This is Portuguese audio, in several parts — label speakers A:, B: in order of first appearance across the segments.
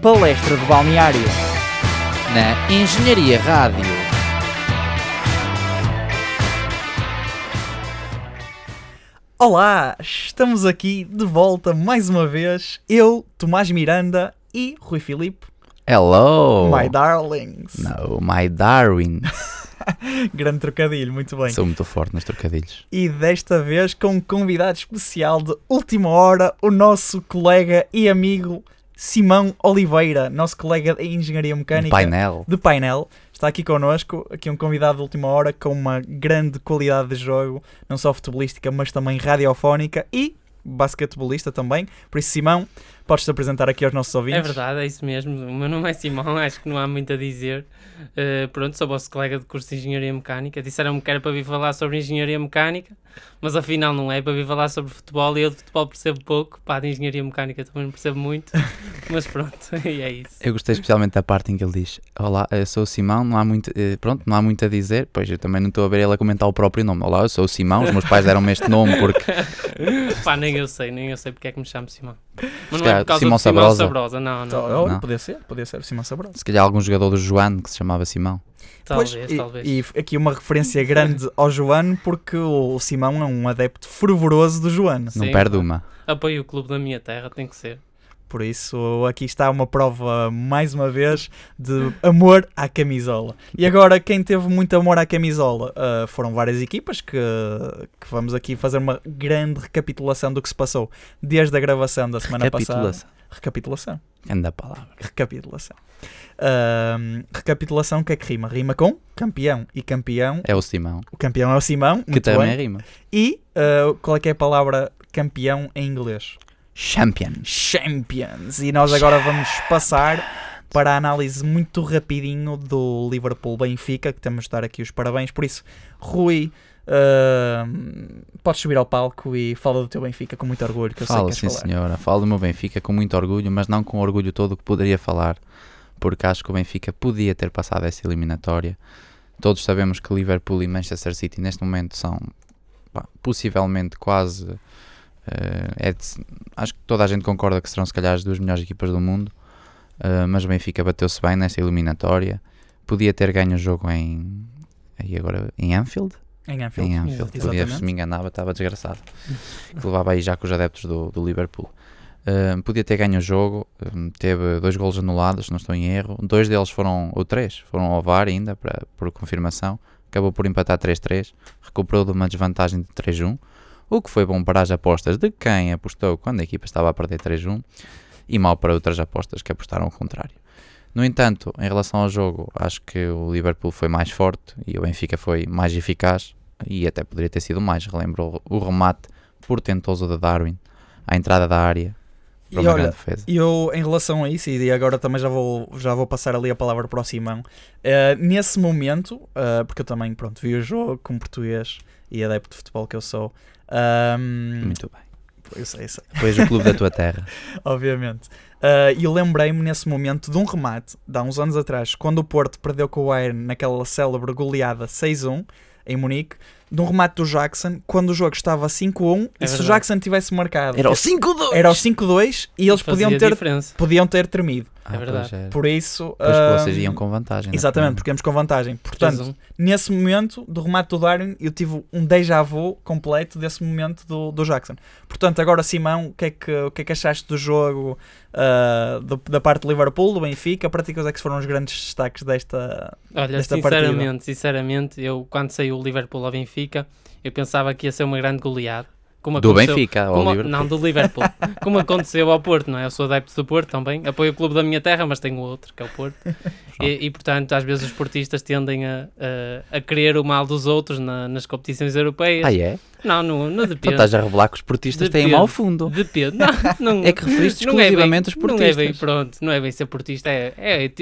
A: Palestra de Balneário. Na Engenharia Rádio.
B: Olá, estamos aqui de volta mais uma vez. Eu, Tomás Miranda e Rui Filipe,
A: Hello!
B: my darlings.
A: No, my Darwin.
B: Grande trocadilho, muito bem.
A: Sou muito forte nos trocadilhos.
B: E desta vez com um convidado especial de última hora, o nosso colega e amigo Simão Oliveira, nosso colega em Engenharia
A: Um
B: Mecânica
A: painel.
B: de painel. Está aqui connosco, aqui um convidado de última hora com uma grande qualidade de jogo, não só futebolística, mas também radiofónica e basquetebolista também. Por isso, Simão, podes-te apresentar aqui aos nossos ouvintes.
C: É verdade, é isso mesmo. O meu nome é Simão, acho que não há muito a dizer. Uh, pronto, sou vosso colega de curso de Engenharia Mecânica. Disseram-me que era para vir falar sobre Engenharia Mecânica, mas afinal não é, é para vir falar sobre futebol e eu de futebol percebo pouco. Pá, de Engenharia Mecânica também não percebo muito, mas pronto, e é isso.
A: Eu gostei especialmente da parte em que ele diz: Olá, eu sou o Simão, não há muito, eh, pronto, não há muito a dizer. Pois eu também não estou a ver ele a comentar o próprio nome. Olá, eu sou o Simão, os meus pais deram-me este nome porque
C: Pá, nem eu sei, nem eu sei porque é que me chamo Simão. Mas não
A: calhar
C: é por causa
A: Simão
C: do Simão
A: Sabrosa.
C: Sabrosa, não,
B: Então,
C: não.
B: oh,
A: Não.
B: Podia ser, podia ser o Simão Sabroso.
A: se calhar algum jogador do Joano que se chamava Simão.
C: Talvez,
B: Pois, e,
C: talvez.
B: e aqui uma referência grande ao Joano, porque o, o Simão é um adepto fervoroso do Joano.
A: Não
C: Sim.
A: perde uma.
C: Apoio o clube da minha terra, tem que ser.
B: Por isso, aqui está uma prova, mais uma vez, de amor à camisola. E agora, quem teve muito amor à camisola ah, foram várias equipas que, que vamos aqui fazer uma grande recapitulação do que se passou desde a gravação da semana passada.
A: Capitulação.
B: Recapitulação.
A: Anda a palavra.
B: Recapitulação. Ahm, recapitulação, o que é que rima? Rima com campeão. E campeão,
A: É o Simão.
B: o campeão é o Simão.
A: Que
B: muito
A: também
B: bem.
A: rima.
B: E ah, qual é que é a palavra campeão em inglês?
A: Champion.
B: Champions. E nós agora vamos passar para a análise muito rapidinho do Liverpool Benfica, que temos de dar aqui os parabéns. Por isso, Rui, ahm, podes subir ao palco e fala do teu Benfica com muito orgulho, que eu sei
A: Falo,
B: que
A: sim
B: és falar.
A: senhora. Falo do meu Benfica com muito orgulho, mas não com o orgulho todo que poderia falar, porque acho que o Benfica podia ter passado essa eliminatória. Todos sabemos que Liverpool e Manchester City neste momento são pá, possivelmente quase. eh, é de se- acho que toda a gente concorda que serão se calhar as duas melhores equipas do mundo, eh, mas o Benfica bateu-se bem nessa eliminatória. Podia ter ganho o jogo em. Aí agora, em Anfield?
B: Em Anfield.
A: Em Anfield, podia, se me enganava, estava desgraçado. Que levava aí já com os adeptos do, do Liverpool. Ahm, podia ter ganho o jogo, ahm, teve dois golos anulados, se não estou em erro. Dois deles foram, ou três, foram ao VAR ainda, para, por confirmação. Acabou por empatar 3-3, recuperou de uma desvantagem de 3-1, o que foi bom para as apostas de quem apostou quando a equipa estava a perder 3-1 e mal para outras apostas que apostaram ao contrário. No entanto, em relação ao jogo, acho que o Liverpool foi mais forte e o Benfica foi mais eficaz e até poderia ter sido mais. Relembro o remate portentoso de Darwin à entrada da área
B: E
A: para uma
B: olha,
A: grande defesa.
B: eu em relação a isso, e agora também já vou, já vou passar ali a palavra para o Simão, eh, nesse momento, eh, porque eu também pronto, vi o jogo como português e adepto de futebol que eu sou, ahm,
A: Muito bem.
B: eu sei, eu sei.
A: Depois o clube da tua terra.
B: obviamente. Ah, E eu lembrei-me nesse momento de um remate de há uns anos atrás, quando o Porto perdeu com o Bayern naquela célebre goleada 6-1 em Munique, de um remate do Jackson, quando o jogo estava 5-1 e
C: É
B: se o
C: verdade.
B: Jackson tivesse marcado
A: Era o 5-2!
C: É
B: era o 5-2 e eles
C: Fazia
B: podiam ter,
C: diferença.
B: podiam ter tremido.
C: É verdade.
A: Ah, Depois,
B: Por isso. ah,
A: vocês iam com vantagem. né? é? um na
B: Exatamente,
A: primeira.
B: porque íamos com vantagem. Portanto,
C: 3-1.
B: nesse momento do remate do Darwin, eu tive um déjà vu completo desse momento do, do Jackson. Portanto, agora, Simão, o que é que, o que, é que achaste do jogo ah, do- da parte do Liverpool, do Benfica? Para ti, quais é que foram os grandes destaques desta.
C: Olha,
B: desta
C: sinceramente,
B: partida?
C: sinceramente, eu quando saiu o Liverpool ao Benfica, eu pensava que ia ser uma grande goleada. Como
A: Do
C: aconteceu-
A: Benfica, ao
C: como-
A: Liverpool.
C: Não, do Liverpool. como aconteceu ao Porto, não é? Eu sou adepto do Porto também, apoio o clube da minha terra, mas tenho outro, que é o Porto. e, e, portanto, às vezes os portistas tendem a, a, a querer o mal dos outros na- nas competições europeias.
A: Ah, é?
C: Não, não, não
A: Então
C: depende.
A: estás a revelar que os portistas têm
C: Depende.
A: mau fundo.
C: Depende. Não, não-
A: É que referiste
C: não é bem-
A: exclusivamente os
C: Não é bem,
A: portistas.
C: pronto, não é bem ser portista, é, é,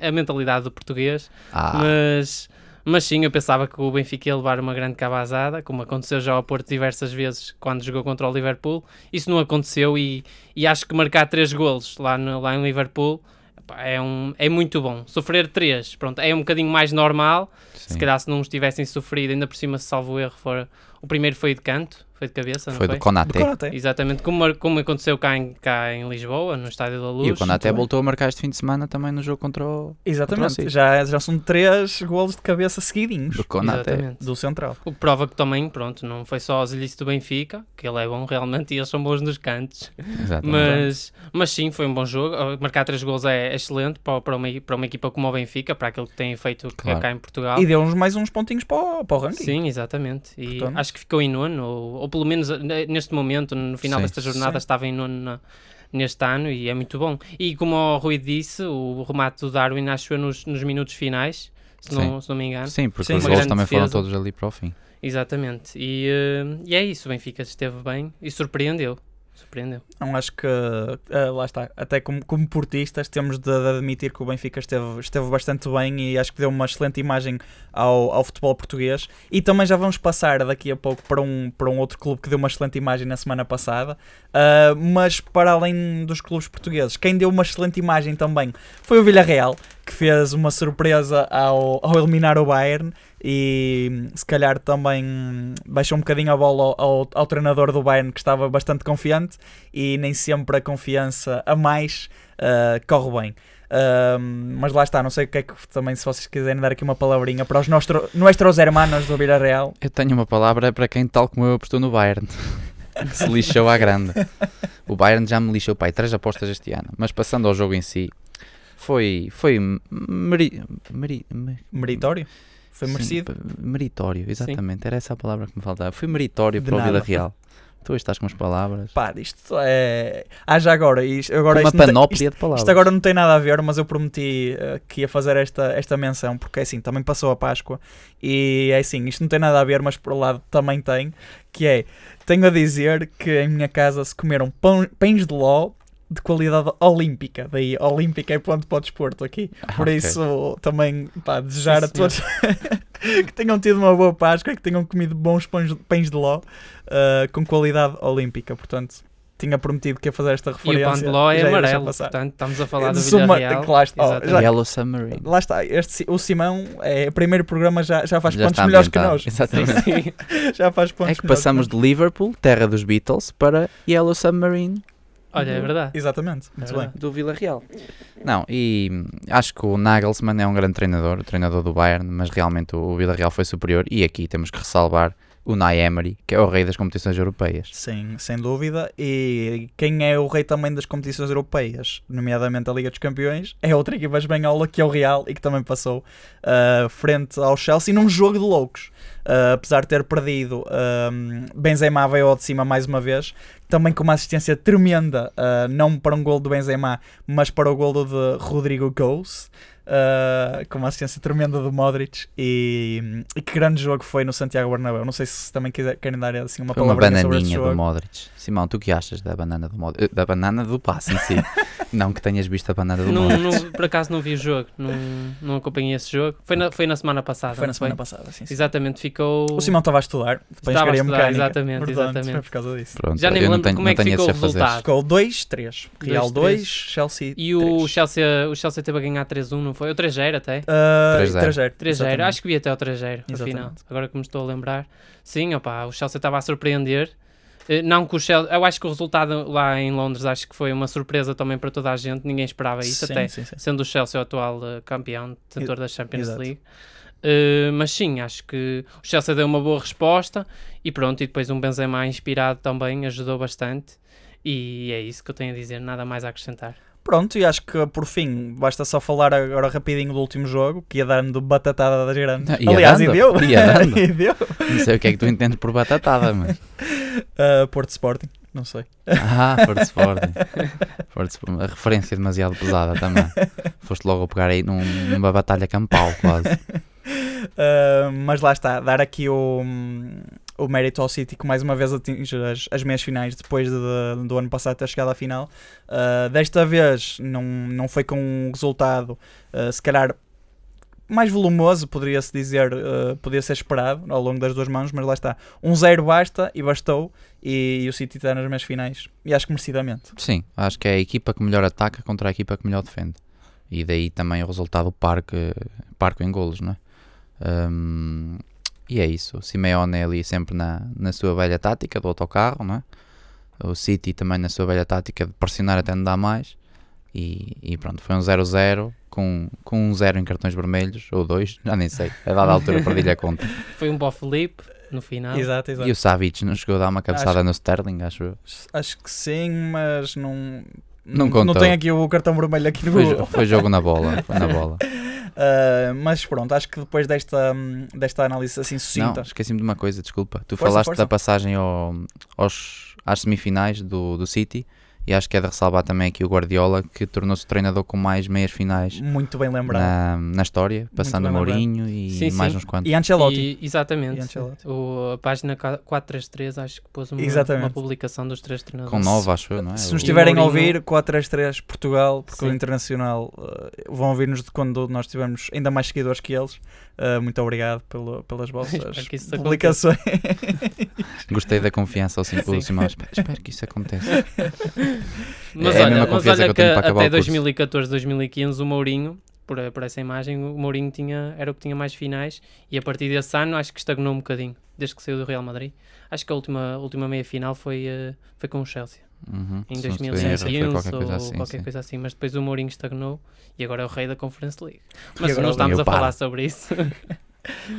C: é a mentalidade do português.
A: Ah,
C: Mas, mas sim, eu pensava que o Benfica ia levar uma grande cabazada, como aconteceu já ao Porto diversas vezes quando jogou contra o Liverpool. Isso não aconteceu e, e acho que marcar três golos lá, no- lá em Liverpool epá, é, um, é muito bom. Sofrer três, pronto, é um bocadinho mais normal.
A: Sim.
C: Se calhar se não os tivessem sofrido, ainda por cima, se salvo erro, for O primeiro foi de canto, foi de cabeça, não
A: Foi
C: foi?
A: do Conate.
B: Conate.
C: Exatamente, como, como aconteceu cá em, cá em Lisboa, no Estádio da Luz.
A: E o Conate
B: também.
A: voltou a marcar este fim de semana também no jogo contra o
B: Exatamente.
A: Contra o
B: Já, já são três golos de cabeça seguidinhos
A: do Conate.
C: Exatamente.
B: do Central.
C: O que prova que também, pronto, não foi só o Zilhice do Benfica, que ele é bom realmente e eles são bons nos cantos.
A: Exatamente.
C: Mas, mas sim, foi um bom jogo. Ah, Marcar três gols é excelente para, para, uma, para uma equipa como o Benfica, para aquilo que tem feito
A: Claro.
C: cá em Portugal.
B: E deu-nos mais uns pontinhos para o, para o ranking.
C: Sim, exatamente. E
B: Portanto.
C: acho que ficou em nono, ou, ou pelo menos eh, ne- neste momento, no final
A: Sim.
C: desta jornada,
B: Sim.
C: estava em nono na- neste ano e é muito bom. E como o Rui disse, o remate do Darwin acho eu nos, nos minutos finais, se não, se não me engano.
A: Sim, porque
B: Sim,
A: os
B: uma
A: gols
C: grande
A: também foram
C: defesa.
A: todos ali para o fim.
C: Exatamente. E, eh, e é isso, o Benfica esteve bem e surpreendeu. Surpreendeu.
B: Não acho que, ah, lá está, até como, como portistas temos de, de admitir que o Benfica esteve, esteve bastante bem e acho que deu uma excelente imagem ao, ao futebol português. E também já vamos passar daqui a pouco para um, para um outro clube que deu uma excelente imagem na semana passada. Ah, mas para além dos clubes portugueses, quem deu uma excelente imagem também foi o Villarreal, que fez uma surpresa ao, ao eliminar o Bayern e se calhar também baixou um bocadinho a bola ao, ao- ao treinador do Bayern que estava bastante confiante e nem sempre a confiança a mais ah, corre bem. Ah, mas lá está, não sei o que é que também se vocês quiserem dar aqui uma palavrinha para os nostro, nuestros hermanos do Villarreal.
A: Eu tenho uma palavra para quem, tal como eu, apostou no Bayern. Se lixou à grande. O Bayern já me lixou, pai, três apostas este ano. Mas passando ao jogo em si, foi, foi meri, meri, me-
B: Meritório? Foi
A: sim,
B: merecido?
A: p- meritório, exatamente. Era essa a palavra que me faltava. Foi meritório
B: De
A: para o
B: nada.
A: Vila Real. Tu hoje estás com as palavras.
B: Pá, isto é. Ah, já agora. Isto, agora
A: uma
B: isto não tem-
A: panóplia
B: isto-
A: de palavras.
B: Isto agora não tem nada a ver, mas eu prometi eh, que ia fazer esta, esta menção, porque é assim, também passou a Páscoa e é assim, isto não tem nada a ver, mas por um lado também tem, que é, tenho a dizer que em minha casa se comeram pão- pães de ló de qualidade olímpica, daí olímpica é ponto para o desporto aqui,
A: Ah,
B: por
A: ok.
B: isso também, pá, desejar
C: Sim,
B: a todos que tenham tido uma boa Páscoa, que tenham comido bons pães, pães de ló eh, com qualidade olímpica, portanto... Tinha prometido que ia fazer esta
C: E o
B: referência.
C: Pandeló
B: já
C: é
B: ia deixar
C: amarelo,
B: passar.
C: portanto estamos a falar
B: De
C: do
B: suma-
C: Villarreal.
B: que lá está. Oh, já-
C: Exatamente.
A: Yellow Submarine.
B: Lá está, este, Si- o Simão, é, o primeiro programa já, já faz
A: Já
B: pontos
A: está
B: melhores que
A: ambientado.
B: nós.
A: Exatamente.
C: Sim.
B: Já faz pontos
A: É que passamos de Liverpool, terra dos Beatles, para Yellow Submarine
C: Olha, é verdade.
B: Exatamente, muito
C: verdade.
B: bem.
A: do Vila Real. Não, e hum, acho que o Nagelsmann é um grande treinador, o treinador do Bayern, mas realmente o- o Vila Real foi superior. E aqui temos que ressalvar o Nay Emery, que é o rei das competições europeias.
B: Sim, sem dúvida. E quem é o rei também das competições europeias, nomeadamente a Liga dos Campeões, é outra equipa espanhola que é o Real e que também passou ah, frente ao Chelsea num jogo de loucos. Ah, apesar de ter perdido, ahm, Benzema veio ao de cima mais uma vez, também com uma assistência tremenda, ah, não para um gol do Benzema, mas para o golo de Rodrigo Gous. ah, com uma assistência tremenda do Modric e, e que grande jogo foi no Santiago Bernabéu não sei se também quiser, querem dar assim uma
A: Foi uma
B: palavrinha sobre este
A: bananinha
B: jogo
A: do Modric. Simão, tu que achas da banana do Modric? eh, Da banana do passe em si. não que tenhas visto a banana do
C: Não,
A: Modric.
C: não- por acaso não vi o jogo, não, não acompanhei esse jogo. Foi na, foi na semana passada.
B: Ah, Foi na
C: não
B: semana passada, sim. sim.
C: Exatamente, ficou.
B: O Simão estava a estudar, depois
C: Estava a
B: engenharia
C: estudar,
B: mecânica.
C: exatamente,
B: portanto,
C: exatamente.
B: Foi por causa disso.
A: Pronto,
C: Já
A: eu
C: nem me
A: não
C: lembro
A: tenho,
C: como é
A: não
C: que
A: tenho
C: ficou
A: esses
C: o
A: afazeres.
C: resultado.
B: Ficou 2-3. Real 2,
C: três.
B: Chelsea
C: E o
B: 3.
C: Chelsea, o Chelsea teve a ganhar 3-1, não foi? Ou 3-0 até?
B: Ah, 3-0.
A: 3-0.
C: 3-0,
B: exatamente.
C: acho que vi até ao 3-0, afinal.
B: Exatamente.
C: Agora que me estou a lembrar. Sim, opá, o Chelsea estava a surpreender. Eh, Não que o Chelsea, eu acho que o resultado lá em Londres acho que foi uma surpresa também para toda a gente, ninguém esperava isso,
B: sim,
C: até
B: Sim, sim.
C: sendo o Chelsea o atual eh, campeão, detentor da Champions
B: exato.
C: League. Eh, mas sim, acho que o Chelsea deu uma boa resposta e pronto, e depois um Benzema inspirado também ajudou bastante. E é isso que eu tenho a dizer, nada mais a acrescentar.
B: Pronto, e acho que por fim, basta só falar agora rapidinho do último jogo, que ia dando batatada das grandes.
A: Não, ia
B: Aliás,
A: dando,
B: e deu.
A: ia dando.
B: E deu.
A: Não sei o que é que tu entendes por batatada, mas.
B: Ah, Porto Sporting, não sei.
A: Ah, Ford Sporting. Ford Sporting. A referência é demasiado pesada também. Foste logo a pegar aí num- numa batalha campal, quase.
B: Uh, mas lá está, dar aqui o, o mérito ao City que mais uma vez atinge as, as meias finais depois de- do ano passado ter chegado à final. Uh, desta vez não, não foi com um resultado, uh, se calhar mais volumoso, poderia-se dizer, uh, podia ser esperado ao longo das duas mãos, mas lá está. Um zero basta e bastou, e, o City está nas meias finais, e acho que merecidamente.
A: Sim, acho que é a equipa que melhor ataca contra a equipa que melhor defende. E daí também o resultado parque, parque em golos, não é? Hum, E é isso. O Simeone ali sempre na, na sua velha tática do autocarro, não é? O City também na sua velha tática de pressionar até não dar mais. E, e pronto, foi um 0-0 com, com um 0 em cartões vermelhos, ou dois, já nem sei. A dada altura perdi-lhe a conta.
C: Foi um bom Felipe no final.
B: Exato, exato.
A: E o Savic não chegou a dar uma cabeçada no Sterling, acho eu.
B: Acho que sim, mas não.
A: Não
B: não
A: contou.
B: tenho aqui o cartão vermelho aqui no
A: Foi, jo- foi jogo na bola, foi na bola.
B: Ah, mas pronto, acho que depois desta, hum, desta análise assim
A: Não,
B: sucinta.
A: esqueci-me de uma coisa, desculpa. Tu
B: Força,
A: falaste
B: força.
A: da passagem ao- aos, às semifinais do, do City e acho que é de ressalvar também aqui o Guardiola que tornou-se o treinador com mais meias finais
B: Muito bem lembrado.
A: na, na história, passando
B: é bem é lembrado.
A: Mourinho e
C: Sim,
A: mais
C: sim.
A: uns quantos.
B: E Ancelotti.
C: E- exatamente.
B: E Ancelotti.
C: O- a página 433 acho que pôs uma,
B: Exatamente.
C: uma publicação dos três
A: Com
C: treinadores.
A: nove, acho eu, não é?
B: Se
A: O-
B: nos tiverem a
C: Mourinho-
B: ouvir, 433 Portugal, porque o
C: Sim.
B: Internacional eh, vão ouvir-nos de quando nós tivermos ainda mais seguidores que eles. Eh, muito obrigado pelo- pelas vossas
C: Espero que isso
B: publicações.
A: Gostei da confiança ao
C: Sim.
A: Simão. Espero, espero que isso aconteça.
C: Mas
A: É a
C: olha,
A: mesma
C: mas
A: confiança
C: olha
A: que eu
C: que,
A: tenho para acabar
C: até
A: o curso.
C: 2014, 2015 o Mourinho, por, por essa imagem, o Mourinho tinha, era o que tinha mais finais e a partir desse ano acho que estagnou um bocadinho, desde que saiu do Real Madrid. Acho que a última, última meia-final foi, eh, foi com o Chelsea,
A: Uhum.
C: em
A: Se não tiver erro,
C: 2011
A: foi qualquer coisa
C: ou
A: assim.
C: qualquer
A: sim.
C: coisa assim, mas depois o Mourinho estagnou e agora é o rei da Conference League. Mas
B: agora
C: não
B: o
C: estamos
A: Mourinho
C: a falar
A: para.
C: sobre isso.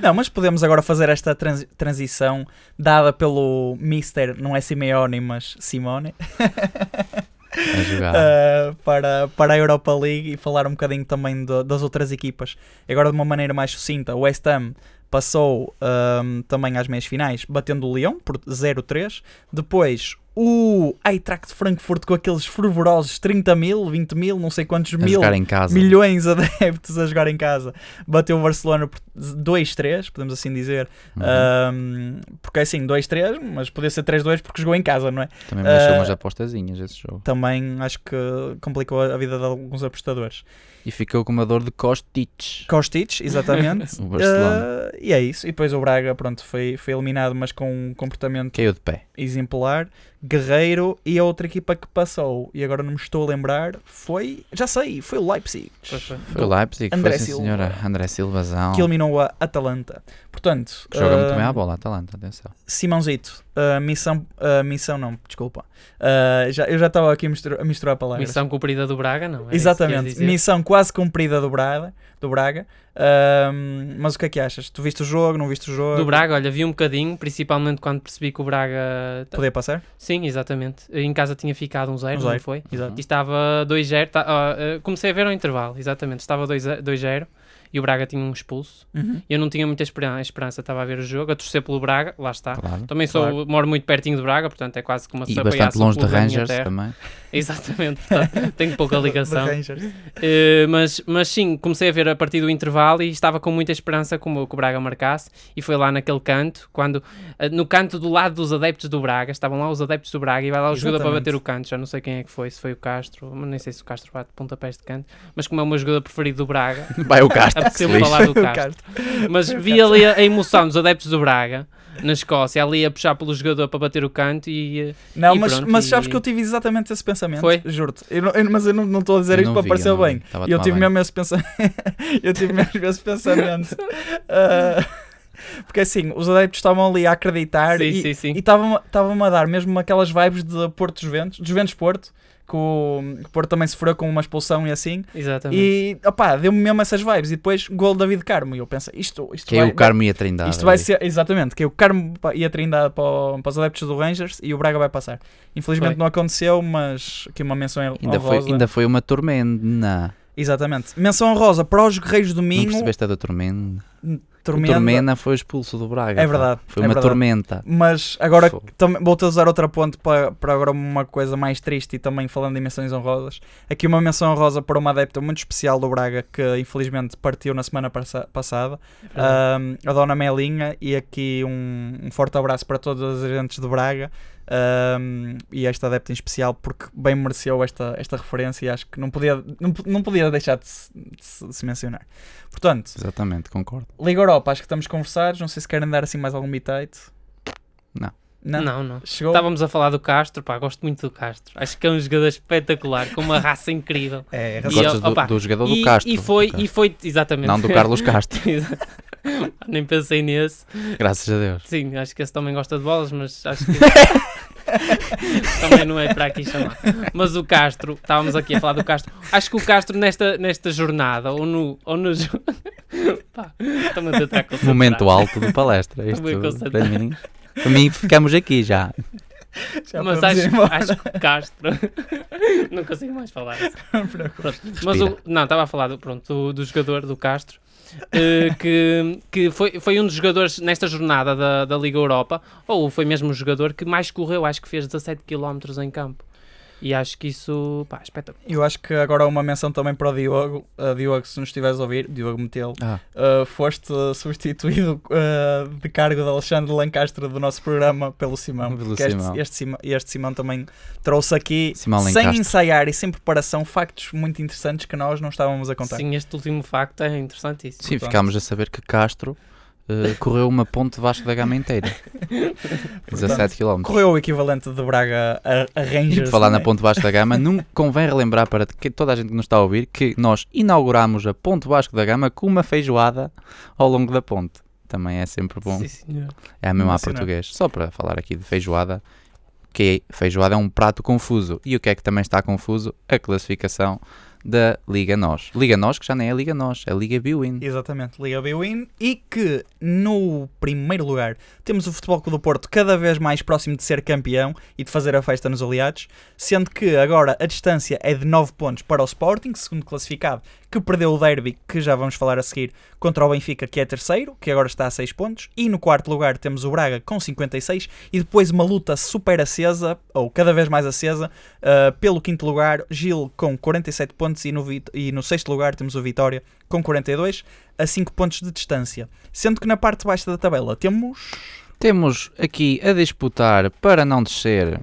B: Não, mas podemos agora fazer esta transi- transição dada pelo Mister, não é Simeone, mas Simone,
A: A jogada.
B: eh, para, para a Europa League e falar um bocadinho também do- das outras equipas. Agora, de uma maneira mais sucinta, o West Ham passou ehm, também às meias finais, batendo o Lyon por 0-3. Depois, o Eintracht Frankfurt com aqueles fervorosos 30 mil, 20 mil, não sei quantos
A: a
B: mil
A: jogar em casa.
B: milhões de adeptos a jogar em casa. Bateu o Barcelona por 2-3, podemos assim dizer.
A: Uhum.
B: Ah, Ahm, porque assim, 2-3, mas podia ser 3-2 porque jogou em casa, não é?
A: Também me deixou
B: eh,
A: umas apostazinhas esse jogo.
B: Também acho que complicou a vida de alguns apostadores.
A: E ficou com uma dor de Kostic.
B: Kostic, exatamente.
A: O Barcelona.
B: Ah, e é isso. E depois o Braga, pronto, foi, foi eliminado, mas com um comportamento
A: Caiu de pé.
B: exemplar. Guerreiro e a outra equipa que passou, e agora não me estou a lembrar, foi. Já sei, foi o Leipzig.
C: Pois foi.
A: Foi o Leipzig,
B: André
A: foi sim
B: Silva.
A: senhora. André Silvazão.
B: Que eliminou a Atalanta. Portanto,
A: Que joga muito bem
B: ah,
A: à bola, tá Atalanta, atenção.
B: Simãozito, ah, missão, ah, missão não, desculpa. Ah, já, eu já estava aqui a mistura- a misturar palavras.
C: Missão cumprida do Braga, não? Era isso que queres
B: Exatamente,
C: dizer?
B: missão quase cumprida do Braga. Do Braga. Ah, mas o que é que achas? Tu viste o jogo, não viste o jogo?
C: Do Braga, olha, vi um bocadinho, principalmente quando percebi que o Braga.
B: Poder passar?
C: Sim, exatamente. Em casa tinha ficado um zero,
B: Um
C: não
B: zero.
C: foi?
B: Exato.
C: E estava 2-0. tá- ah, ah, comecei a ver ao intervalo, exatamente. Estava 2-0 e o Braga tinha um expulso.
B: Uhum.
C: Eu não tinha muita esperan- esperança, estava a ver o jogo, a torcer pelo Braga, lá
B: tá.
C: está.
A: Claro.
B: Então,
C: Também sou,
B: Claro.
C: moro muito pertinho de Braga, portanto é quase como se
A: E
C: apoiasse
A: bastante
C: o
A: longe de
C: clube da minha
A: Rangers
C: terra.
A: também.
C: Exatamente, portanto, tenho pouca ligação.
B: De Rangers.
C: Eh, mas, mas sim, comecei a ver a partir do intervalo e estava com muita esperança que o, que o Braga marcasse. E foi lá naquele canto, quando eh, no canto do lado dos adeptos do Braga, estavam lá os adeptos do Braga e vai lá o jogador para
B: Exatamente.
C: bater o canto. Já não sei quem é que foi, se foi o Castro, mas nem sei se o Castro bate pontapés de canto. Mas como é o meu jogador preferido do Braga,
A: Vai o Castro.
C: apeteceu-me
A: lixo.
C: falar do
B: O
C: Castro.
B: Castro.
C: Mas vi ali a emoção dos adeptos do Braga na Escócia, ali a puxar pelo jogador para bater o canto e. eh,
B: Não,
C: E
B: mas,
C: pronto,
B: mas
C: e-
B: sabes que eu tive exatamente esse pensamento.
C: Foi?
B: Juro-te. Eu não- eu- mas eu não não estou a dizer
A: Eu
B: isto
A: não
B: para
A: vi,
B: parecer
A: eu não vi.
B: bem.
A: Estava a
B: E eu
A: tomar
B: tive
A: banho.
B: mesmo esse pensamento. eu tive mesmo esse pensamento. Ah, porque assim, os adeptos estavam ali a acreditar
C: sim,
B: e
C: sim, sim.
B: e estava-me estava-me a dar mesmo aquelas vibes de Porto dos Ventos, dos Ventos Porto, que o, que o Porto também sofreu com uma expulsão e assim.
C: Exatamente.
B: E opá, deu-me mesmo essas vibes. E depois gol de David Carmo. E eu pensei, isto, isto
A: Caiu
B: vai,
A: é o é. Carmo e a Trindade.
B: isto vai
A: ali.
B: ser, exatamente, que é o Carmo pa- e a Trindade para, o- para os adeptos do Rangers e o Braga vai passar. Infelizmente
C: Foi.
B: não aconteceu, mas aqui uma menção honrosa.
A: Ainda foi, ainda foi uma tormenta.
B: Exatamente. Menção honrosa para os Guerreiros do
A: Não
B: Minho.
A: percebeste a da tormenta?
B: Tormenta.
A: O Tormenta foi expulso do Braga.
B: É
A: pá.
B: verdade,
A: Foi
B: é
A: uma
B: verdade.
A: tormenta.
B: Mas agora
A: Fogo.
B: também vou-te usar outra ponte para, para agora uma coisa mais triste e também falando em menções honrosas. Aqui uma menção honrosa para uma adepta muito especial do Braga que infelizmente partiu na semana passa- passada,
C: É
B: Ahm, a Dona Melinha, e aqui um, um forte abraço para todos os agentes do Braga ahm, e esta adepta em especial porque bem mereceu esta, esta referência e acho que não podia, não, po- não podia deixar de se, de se- de se mencionar. Portanto,
A: Exatamente, concordo.
B: Liga Europa, acho que estamos conversados, não sei se querem dar assim mais algum bitite.
A: Não.
B: Não?
C: não, Tá não.
B: Chegou?
C: Estávamos a falar do Castro, pá, gosto muito do Castro. Acho que é um jogador espetacular, com uma raça incrível.
B: É,
C: E
A: Gostas
C: opa,
A: do, do jogador
C: e,
A: do Castro?
C: e foi,
A: do
C: e foi, exatamente.
A: Não do Carlos Castro.
C: Exato. Nem pensei nesse.
A: Graças a Deus.
C: Sim, acho que esse também gosta de bolas, mas acho que. também não é para aqui chamar. Mas o Castro, estávamos aqui a falar do Castro. Acho que o Castro, nesta, nesta jornada, ou no. Ou no... jo- Pá, estou-me a tentar concentrar.
A: Momento alto da palestra. Isto,
C: Também concentrado.
A: para, mim, para mim, ficamos aqui já.
B: Já
C: Mas
B: podemos ir
C: acho,
B: embora.
C: acho que o Castro. não consigo mais falar.
B: Não te preocupes.
C: Pronto, Mas o, não, estava a falar do, pronto, do, do jogador do Castro, eh, que, que foi, foi um dos jogadores nesta jornada da, da Liga Europa, ou foi mesmo o jogador que mais correu, acho que fez 17 km em campo. E acho que isso, pá, espetacular.
B: Eu acho que agora uma menção também para o Diogo. Ah, Diogo, se nos estiveres a ouvir, Diogo Metelo,
A: Ah.
B: ah, foste ah, substituído ah, de cargo de Alexandre Lancastre do nosso programa pelo Simão.
A: Pelo
B: porque este-
A: Simão.
B: Este, Simão, este Simão também trouxe aqui,
A: Simão
B: sem
A: Lancastre.
B: ensaiar e sem preparação, factos muito interessantes que nós não estávamos a contar.
C: Sim, este último facto é interessantíssimo.
A: Sim,
B: Portanto.
A: ficámos a saber que Castro eh, correu uma ponte Vasco da Gama inteira. 17 km.
B: Correu o equivalente de Braga a, a
A: E
B: Rangers.
A: por falar na
B: não é?
A: Ponte Vasco da Gama, não convém relembrar para que- toda a gente que nos está a ouvir que nós inauguramos a Ponte Vasco da Gama com uma feijoada ao longo da ponte. Também é sempre bom.
C: Sim, senhor.
A: É a mesma à
B: Sim, não é?
A: português. Só para falar aqui de feijoada, que feijoada é um prato confuso. E o que é que também está confuso? A classificação da Liga Nós. Liga Nós, que já nem é Liga Nós, é Liga Biwin.
B: Exatamente, Liga B-Win. E que no primeiro lugar temos o Futebol Clube do Porto cada vez mais próximo de ser campeão e de fazer a festa nos aliados, sendo que agora a distância é de 9 pontos para o Sporting, segundo classificado, que perdeu o derby, que já vamos falar a seguir, contra o Benfica, que é terceiro, que agora está a 6 pontos. E no quarto lugar temos o Braga com 56 e depois uma luta super acesa, ou cada vez mais acesa, Uh, pelo quinto lugar, Gil com 47 pontos e no, vit- e no sexto lugar temos o Vitória com 42 a 5 pontos de distância. Sendo que na parte de baixa da tabela temos
A: Temos aqui a disputar para não descer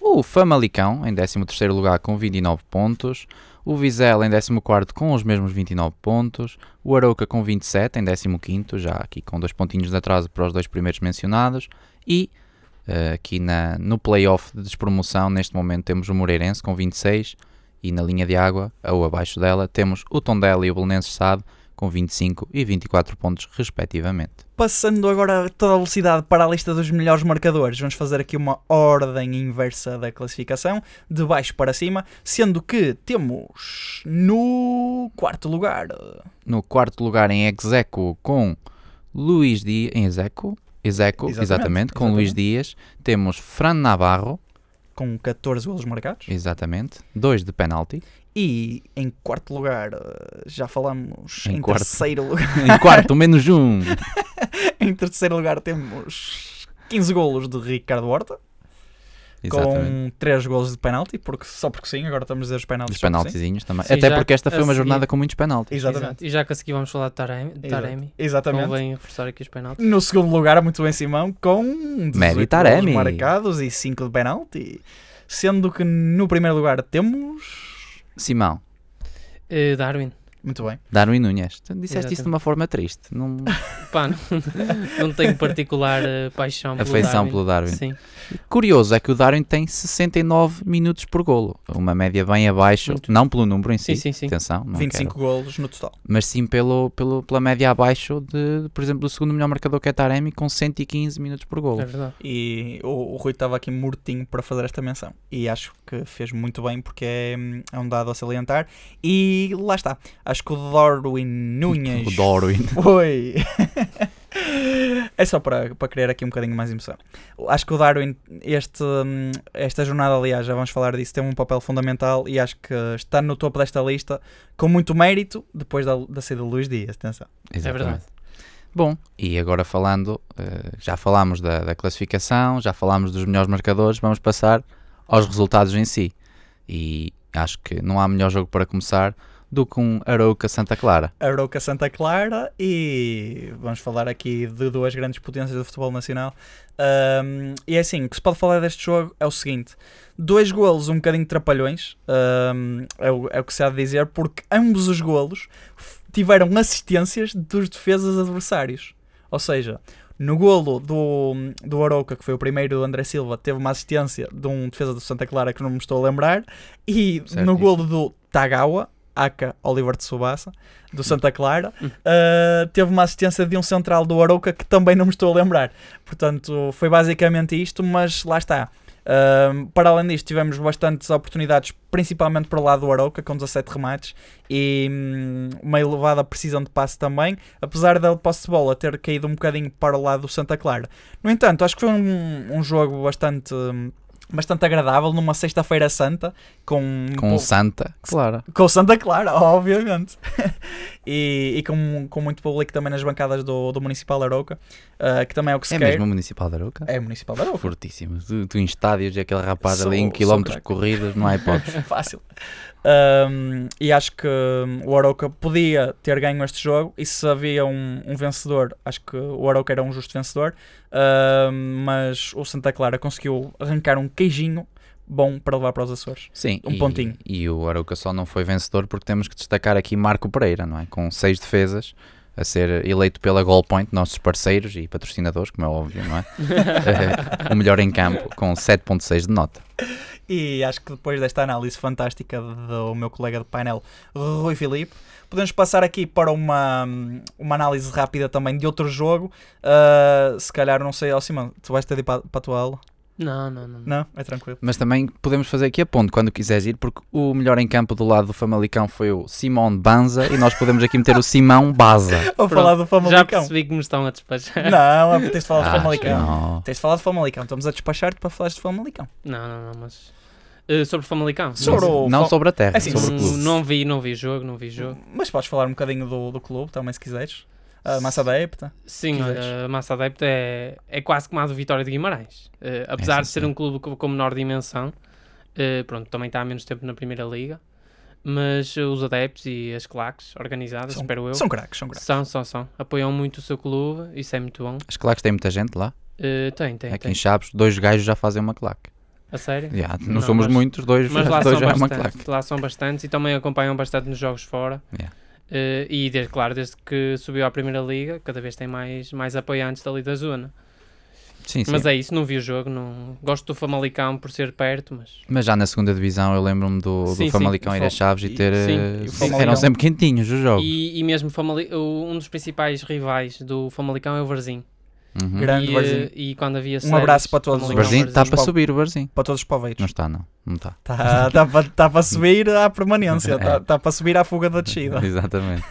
A: o Famalicão em 13º lugar com 29 pontos, o Vizela em 14º com os mesmos 29 pontos, o Arouca com 27 em 15º, já aqui com dois pontinhos de atraso para os dois primeiros mencionados e eh, aqui na, no playoff de despromoção neste momento temos o Moreirense com 26 e na linha de água, ou abaixo dela, temos o Tondela e o Belenenses Sado com 25 e 24 pontos respectivamente.
B: Passando agora a toda a velocidade para a lista dos melhores marcadores, vamos fazer aqui uma ordem inversa da classificação, de baixo para cima, sendo que temos no quarto lugar.
A: No quarto lugar em Execo com Luís Dias. Em Execo? Execo,
B: Exatamente,
A: exatamente, com Luís
B: exatamente.
A: Dias. Temos Fran Navarro,
B: Com 14 golos marcados.
A: exatamente. Dois de penalti.
B: E em quarto lugar, eh, já falamos,
A: Em
B: em
A: quarto.
B: terceiro lugar.
A: Em quarto, menos um.
B: Em terceiro lugar temos 15 golos de Ricardo Horta,
A: Exatamente.
B: com 3 golos de penalti, porque, só porque sim, agora estamos a dizer os penaltis.
A: Dos
B: só porque sim.
A: penaltizinhos também.
C: Sim,
A: Até
C: já
A: porque esta foi
C: a
A: uma
C: seguir-
A: jornada com muitos penaltis.
B: Exatamente.
C: Exato. E já que a seguir vamos falar de Taremi. de Taremi.
B: Exatamente.
C: Não venho forçar aqui os penaltis.
B: No segundo lugar, muito bem Simão, com 18
A: Taremi.
B: golos marcados e 5 de penalti. Sendo que no primeiro lugar temos...
A: Simão,
C: Eh, Darwin,
B: Muito bem.
A: Darwin Nunes. Tu disseste isso
C: Exatamente.
A: de uma forma triste. Não...
C: pá, não, não tenho particular eh, paixão pelo
A: Afeição pelo Darwin.
C: Sim,
A: Curioso é que o Darwin tem 69 minutos por golo. Uma média bem abaixo,
C: Muito.
A: não pelo número em si.
C: sim, sim. sim.
A: Atenção, não
B: 25 golos no total.
A: mas sim pelo, pelo, pela média abaixo de, por exemplo, do segundo melhor marcador que é Taremi com 115 minutos por
C: É
A: golo.
C: verdade.
B: E o, o Rui estava aqui mortinho para fazer esta menção. E acho que fez muito bem porque é, hum, é um dado a salientar. E lá está. Acho que o Darwin Nunes
A: O Darwin.
B: foi. é só para, para criar aqui um bocadinho mais emoção. Acho que o Darwin, este, hum, esta jornada, aliás, já vamos falar disso, tem um papel fundamental e acho que está no topo desta lista com muito mérito depois da, da saída do Luís Dias. Atenção.
C: É
A: Exatamente.
C: verdade.
A: Bom, e agora falando, eh, já falámos da, da classificação, já falámos dos melhores marcadores, vamos passar aos resultados em si. E acho que não há melhor jogo para começar do que um Arouca Santa Clara.
B: Arouca Santa Clara e vamos falar aqui de duas grandes potências do futebol nacional. Ahm, e é assim, o que se pode falar deste jogo é o seguinte: dois golos um bocadinho de trapalhões, ahm, é, o, é o que se há de dizer, porque ambos os golos f- tiveram assistências dos defesas adversários. Ou seja, no golo do, do Arouca, que foi o primeiro do André Silva, teve uma assistência de um defesa do Santa Clara que não me estou a lembrar, e
A: Certo,
B: no
A: isso.
B: golo do Tagawa, Aca Oliver de Subassa, do Santa Clara. Uh, teve uma assistência de um central do Arouca que também não me estou a lembrar. Portanto, foi basicamente isto, mas lá está. Um, para além disto, tivemos bastantes oportunidades, principalmente para o lado do Arauca, com 17 remates e hum, uma elevada precisão de passe também, apesar da posse de bola ter caído um bocadinho para o lado do Santa Clara. No entanto, acho que foi um, um jogo bastante. hum, Bastante agradável numa sexta-feira santa com,
A: Com o Santa, claro.
B: com o Santa Clara, obviamente. e e com, com muito público também nas bancadas do, do Municipal de Arouca, ah, que também é o que se
A: É
B: quer.
A: mesmo o Municipal de Aroca?
B: É o Municipal de Arouca.
A: Fortíssimo. Tu, tu em estádios, e aquele rapaz
B: Sou-
A: ali em
B: sou
A: quilómetros
B: craque.
A: corridos, não há hipótese.
B: Fácil. Um, e acho que um, o Arauca podia ter ganho este jogo. E se havia um, um vencedor, acho que o Arauca era um justo vencedor. Um, mas o Santa Clara conseguiu arrancar um queijinho bom para levar para os Açores.
A: Sim,
B: Um
A: e,
B: pontinho.
A: E o Arouca só não foi vencedor porque temos que destacar aqui Marco Pereira, não é? Com seis defesas, a ser eleito pela Goalpoint, nossos parceiros e patrocinadores, como é óbvio, não é? Eh, o melhor em campo, com 7.6 de nota.
B: E acho que depois desta análise fantástica do meu colega de painel, Rui Filipe, podemos passar aqui para uma, hum, uma análise rápida também de outro jogo. Uh, se calhar, não sei, ó Simão, tu vais ter de ir para, para a tua aula?
C: Não, não, não.
B: Não? É tranquilo.
A: Mas também podemos fazer aqui a ponte quando quiseres ir, porque o melhor em campo do lado do Famalicão foi o Simão Banza e nós podemos aqui meter o Simão Baza.
B: Vou
C: Pronto,
B: falar do
C: Já
B: Famalicão.
C: percebi que me estão a despachar.
B: Não, é- tens de falar de
A: Ah,
B: Famalicão.
A: não.
B: Tens de falar de Famalicão. Estamos a despachar-te para falar de Famalicão.
C: Não, não, não, mas. eh, sobre Famalicão?
B: Sobre o
A: não
B: Fa-
A: sobre a terra,
B: Assim,
A: sobre o
C: Não,
A: clube.
C: não vi, não vi jogo, não vi jogo.
B: Mas podes falar um bocadinho do, do clube também, se quiseres. A massa adepta.
C: Sim,
B: Quiseres.
C: olha, a Massa Adepta é, é quase como a do Vitória de Guimarães. Eh, apesar
A: sim,
C: de ser
A: senhor.
C: um clube com, com menor dimensão, eh, pronto, também está há menos tempo na Primeira Liga, mas eh, os adeptos e as claques organizadas,
B: São-
C: espero eu,
B: São craques, são craques.
C: são, são, são. Apoiam muito o seu clube, isso é muito bom.
A: As claques têm muita gente lá.
C: Eh, tem, tem,
A: aqui
C: tem.
A: em Chaves, dois gajos já fazem uma claque.
C: A sério?
A: Já, não,
C: Não,
A: somos
C: mas-
A: muitos, dois,
C: Mas lá
A: dois
C: são,
A: já é uma claque.
C: bastantes, lá são bastantes e também acompanham bastante nos jogos fora.
A: Yeah.
C: Eh, e desde, claro, desde que subiu à Primeira Liga, cada vez tem mais, mais apoiantes dali da zona.
A: Sim, sim.
C: Mas
A: Mas,
C: é isso, não vi o jogo. Não... Gosto do Famalicão por ser perto, mas
A: já na segunda divisão eu lembro-me do, do
C: Sim, sim,
A: Famalicão
B: é- o
A: ir a
B: Fam-
A: Chaves
B: e-
A: e ter.
C: sim,
A: eh,
B: e o
A: sim,
B: Famalicão.
A: eram sempre quentinhos os jogos.
C: E, e mesmo Famali- o- um dos principais rivais do Famalicão é o Varzim.
A: Uhum.
B: Grande
C: e,
B: Varzim.
C: eh, e quando havia
B: Um abraço
C: séries,
B: para todos os-
A: O
B: Famalicão,
A: Varzim tá está
B: Varzim.
A: para subir, o Varzim.
B: Para todos os
A: Não
B: paveitos.
A: está, não. Não está.
B: Está tá, para tá para subir à permanência. Está tá para subir à fuga da descida.
A: Exatamente.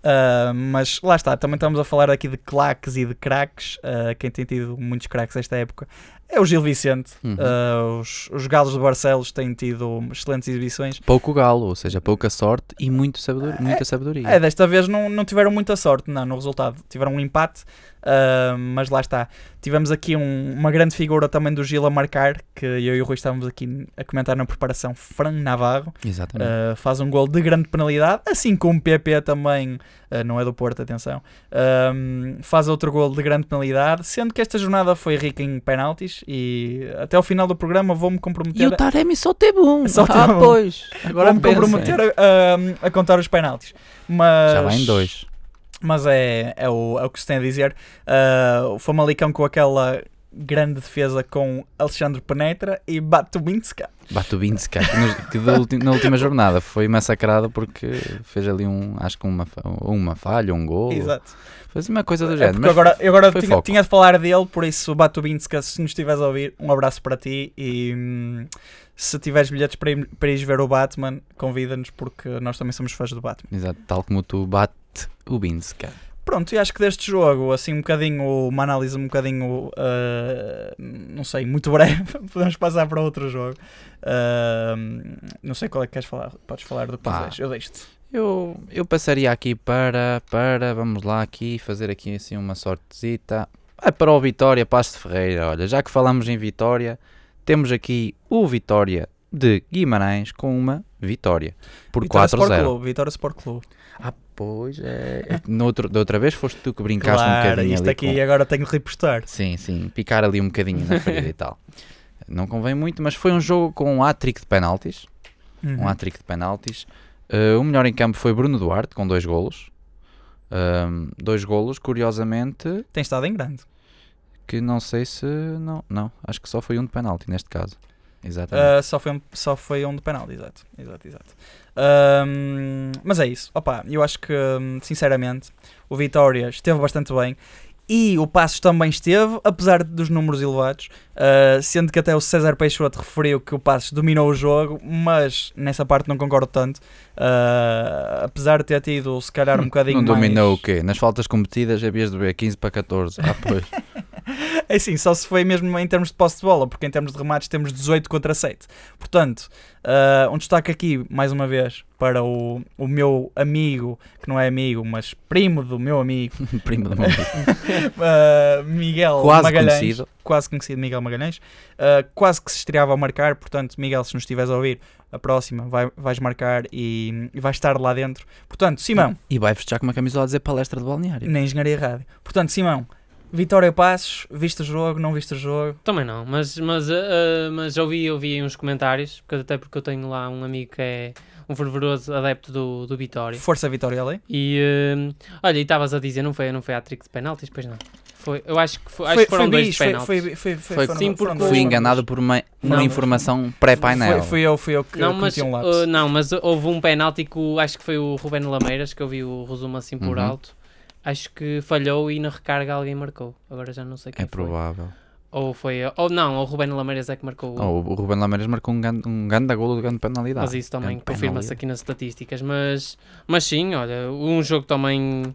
B: Uh, mas lá está, também estamos a falar aqui de claques e de craques. Uh, quem tem tido muitos craques esta época é o Gil Vicente.
A: Uhum.
B: Uh, os, os galos de Barcelos têm tido excelentes exibições.
A: Pouco galo, ou seja, pouca sorte e muito sabedor, muita sabedoria.
B: É, desta vez não, não tiveram muita sorte não, no resultado. Tiveram um empate, ah, mas lá está. Tivemos aqui um- uma grande figura também do Gil a marcar, que eu e o Rui estávamos aqui a comentar na preparação, Fran Navarro.
A: Exatamente.
B: Ah, faz um gol de grande penalidade, assim como o PP também, ah, não é do Porto, atenção, ah, faz outro gol de grande penalidade, sendo que esta jornada foi rica em penaltis e até ao final do programa vou-me comprometer...
A: e o Taremi só teve um.
B: Então, Só teve
A: ah,
B: um.
A: pois. Agora
B: Vou-me
A: pensa.
B: comprometer a, a- a contar os penaltis. Mas,
A: Já vai em dois.
B: Mas é, é, o, é o que se tem a dizer. Ah, o Famalicão com aquela grande defesa com Alexandre Penetra e Batubinska.
A: Batubinska, que, nos- que da ulti- na última jornada foi massacrado porque fez ali um, acho que uma, fa- uma falha, um gol.
B: Exato.
A: Fez uma coisa do
B: É
A: género.
B: porque
A: mas
B: agora, eu agora
A: foi
B: tinha,
A: foco.
B: tinha de falar dele, por isso, Batubinska, se nos estiveres a ouvir, um abraço para ti e hum, se tiveres bilhetes para ir, para ires ver o Batman, convida-nos porque nós também somos fãs do Batman.
A: Exato, tal como tu bate o Binska.
B: Pronto, e acho que deste jogo, assim, um bocadinho, uma análise um bocadinho, ah, não sei, muito breve, podemos passar para outro jogo. Ah, não sei qual é que queres falar, podes falar do que
A: Pá.
B: quiseres, eu deixo-te.
A: Eu, eu passaria aqui para, para, vamos lá aqui, fazer aqui assim uma sortezita. Vai para o Vitória Passo de Ferreira, olha, já que falamos em Vitória, temos aqui o Vitória de Guimarães com uma vitória por
B: Vitória Sport
A: 4-0.
B: Clube, Vitória Sport Clube.
A: Ah, pois é. é que noutro- da outra vez foste tu que brincaste um
B: Claro,
A: bocadinho
B: isto
A: ali
B: aqui é-
A: com-
B: agora tenho de repostar.
A: Sim, sim, picar ali um bocadinho na ferida e tal. Não convém muito, mas foi um jogo com um hat-trick de penaltis.
B: Uhum.
A: um hat-trick de penaltis. Eh, o melhor em campo foi Bruno Duarte, com dois golos. Ahm, dois golos, curiosamente,
B: Tem estado em grande.
A: que não sei se... Não, não, acho que só foi um de penalti neste caso. Exatamente.
B: Uh, só, foi um, só foi um de penalti, exato. exato, exato. Um, mas é isso. Opa, eu acho que, hum, sinceramente, o Vitória esteve bastante bem. E o Passos também esteve, apesar dos números elevados, uh, sendo que até o César Peixoto referiu que o Passos dominou o jogo, mas nessa parte não concordo tanto. Uh, apesar de ter tido, se calhar, um bocadinho
A: não
B: mais...
A: dominou o quê? Nas faltas cometidas havias de ver 15 para 14. Ah, pois.
B: É assim, só se foi mesmo em termos de posse de bola, porque em termos de remates temos 18 contra 7. Portanto, ah, um destaque aqui, mais uma vez, para o, o meu amigo, que não é amigo, mas primo do meu amigo,
A: Primo do meu amigo.
B: ah, Miguel
A: Quase
B: Magalhães.
A: conhecido.
B: Quase conhecido Miguel Magalhães. Ah, quase que se estreava a marcar, portanto, Miguel, se nos estiveres a ouvir, a próxima vai- vais marcar e, e vais estar lá dentro. Portanto, Simão,
A: E vai fechar com uma camisola a dizer palestra de balneário.
B: na Engenharia Rádio. Portanto, Simão, Vitória Passos, viste o jogo, não viste o jogo?
C: Também não, mas, mas, ah, mas ouvi, ouvi uns comentários, porque, até porque eu tenho lá um amigo que é um fervoroso adepto do, do Vitória.
B: Força Vitória ali.
C: E ah, olha, e estavas a dizer, não foi, não foi a trick de penaltis, pois não. Foi, eu acho que, foi, acho
B: Foi-
C: que foram
B: foi
C: dois
B: bicho,
C: penaltis.
B: Foi, foi, foi, foi,
A: Foi-
B: foram-
C: Sim,
B: foram
C: porque
B: dois.
A: Fui enganado por uma, uma
C: Não.
A: informação pré-painel.
B: Foi, fui eu, fui eu que
C: Não, mas,
B: cometi um
C: uh,
B: lapso.
C: não, mas houve um penalti que o- acho que foi o Rubén Lameiras, que eu vi o resumo assim por
A: Uhum.
C: alto. Acho que falhou e na recarga alguém marcou. Agora já não sei quem
A: É
C: foi.
A: provável.
C: Ou foi, ou não, ou o Rubén Lameiras é que marcou. o-
A: Oh, o Ruben Lameiras marcou um grande, um grande golo de grande penalidade.
C: mas isso também
A: grande
C: confirma-se
A: penalidade.
C: aqui nas estatísticas. Mas, mas sim, olha, um jogo também,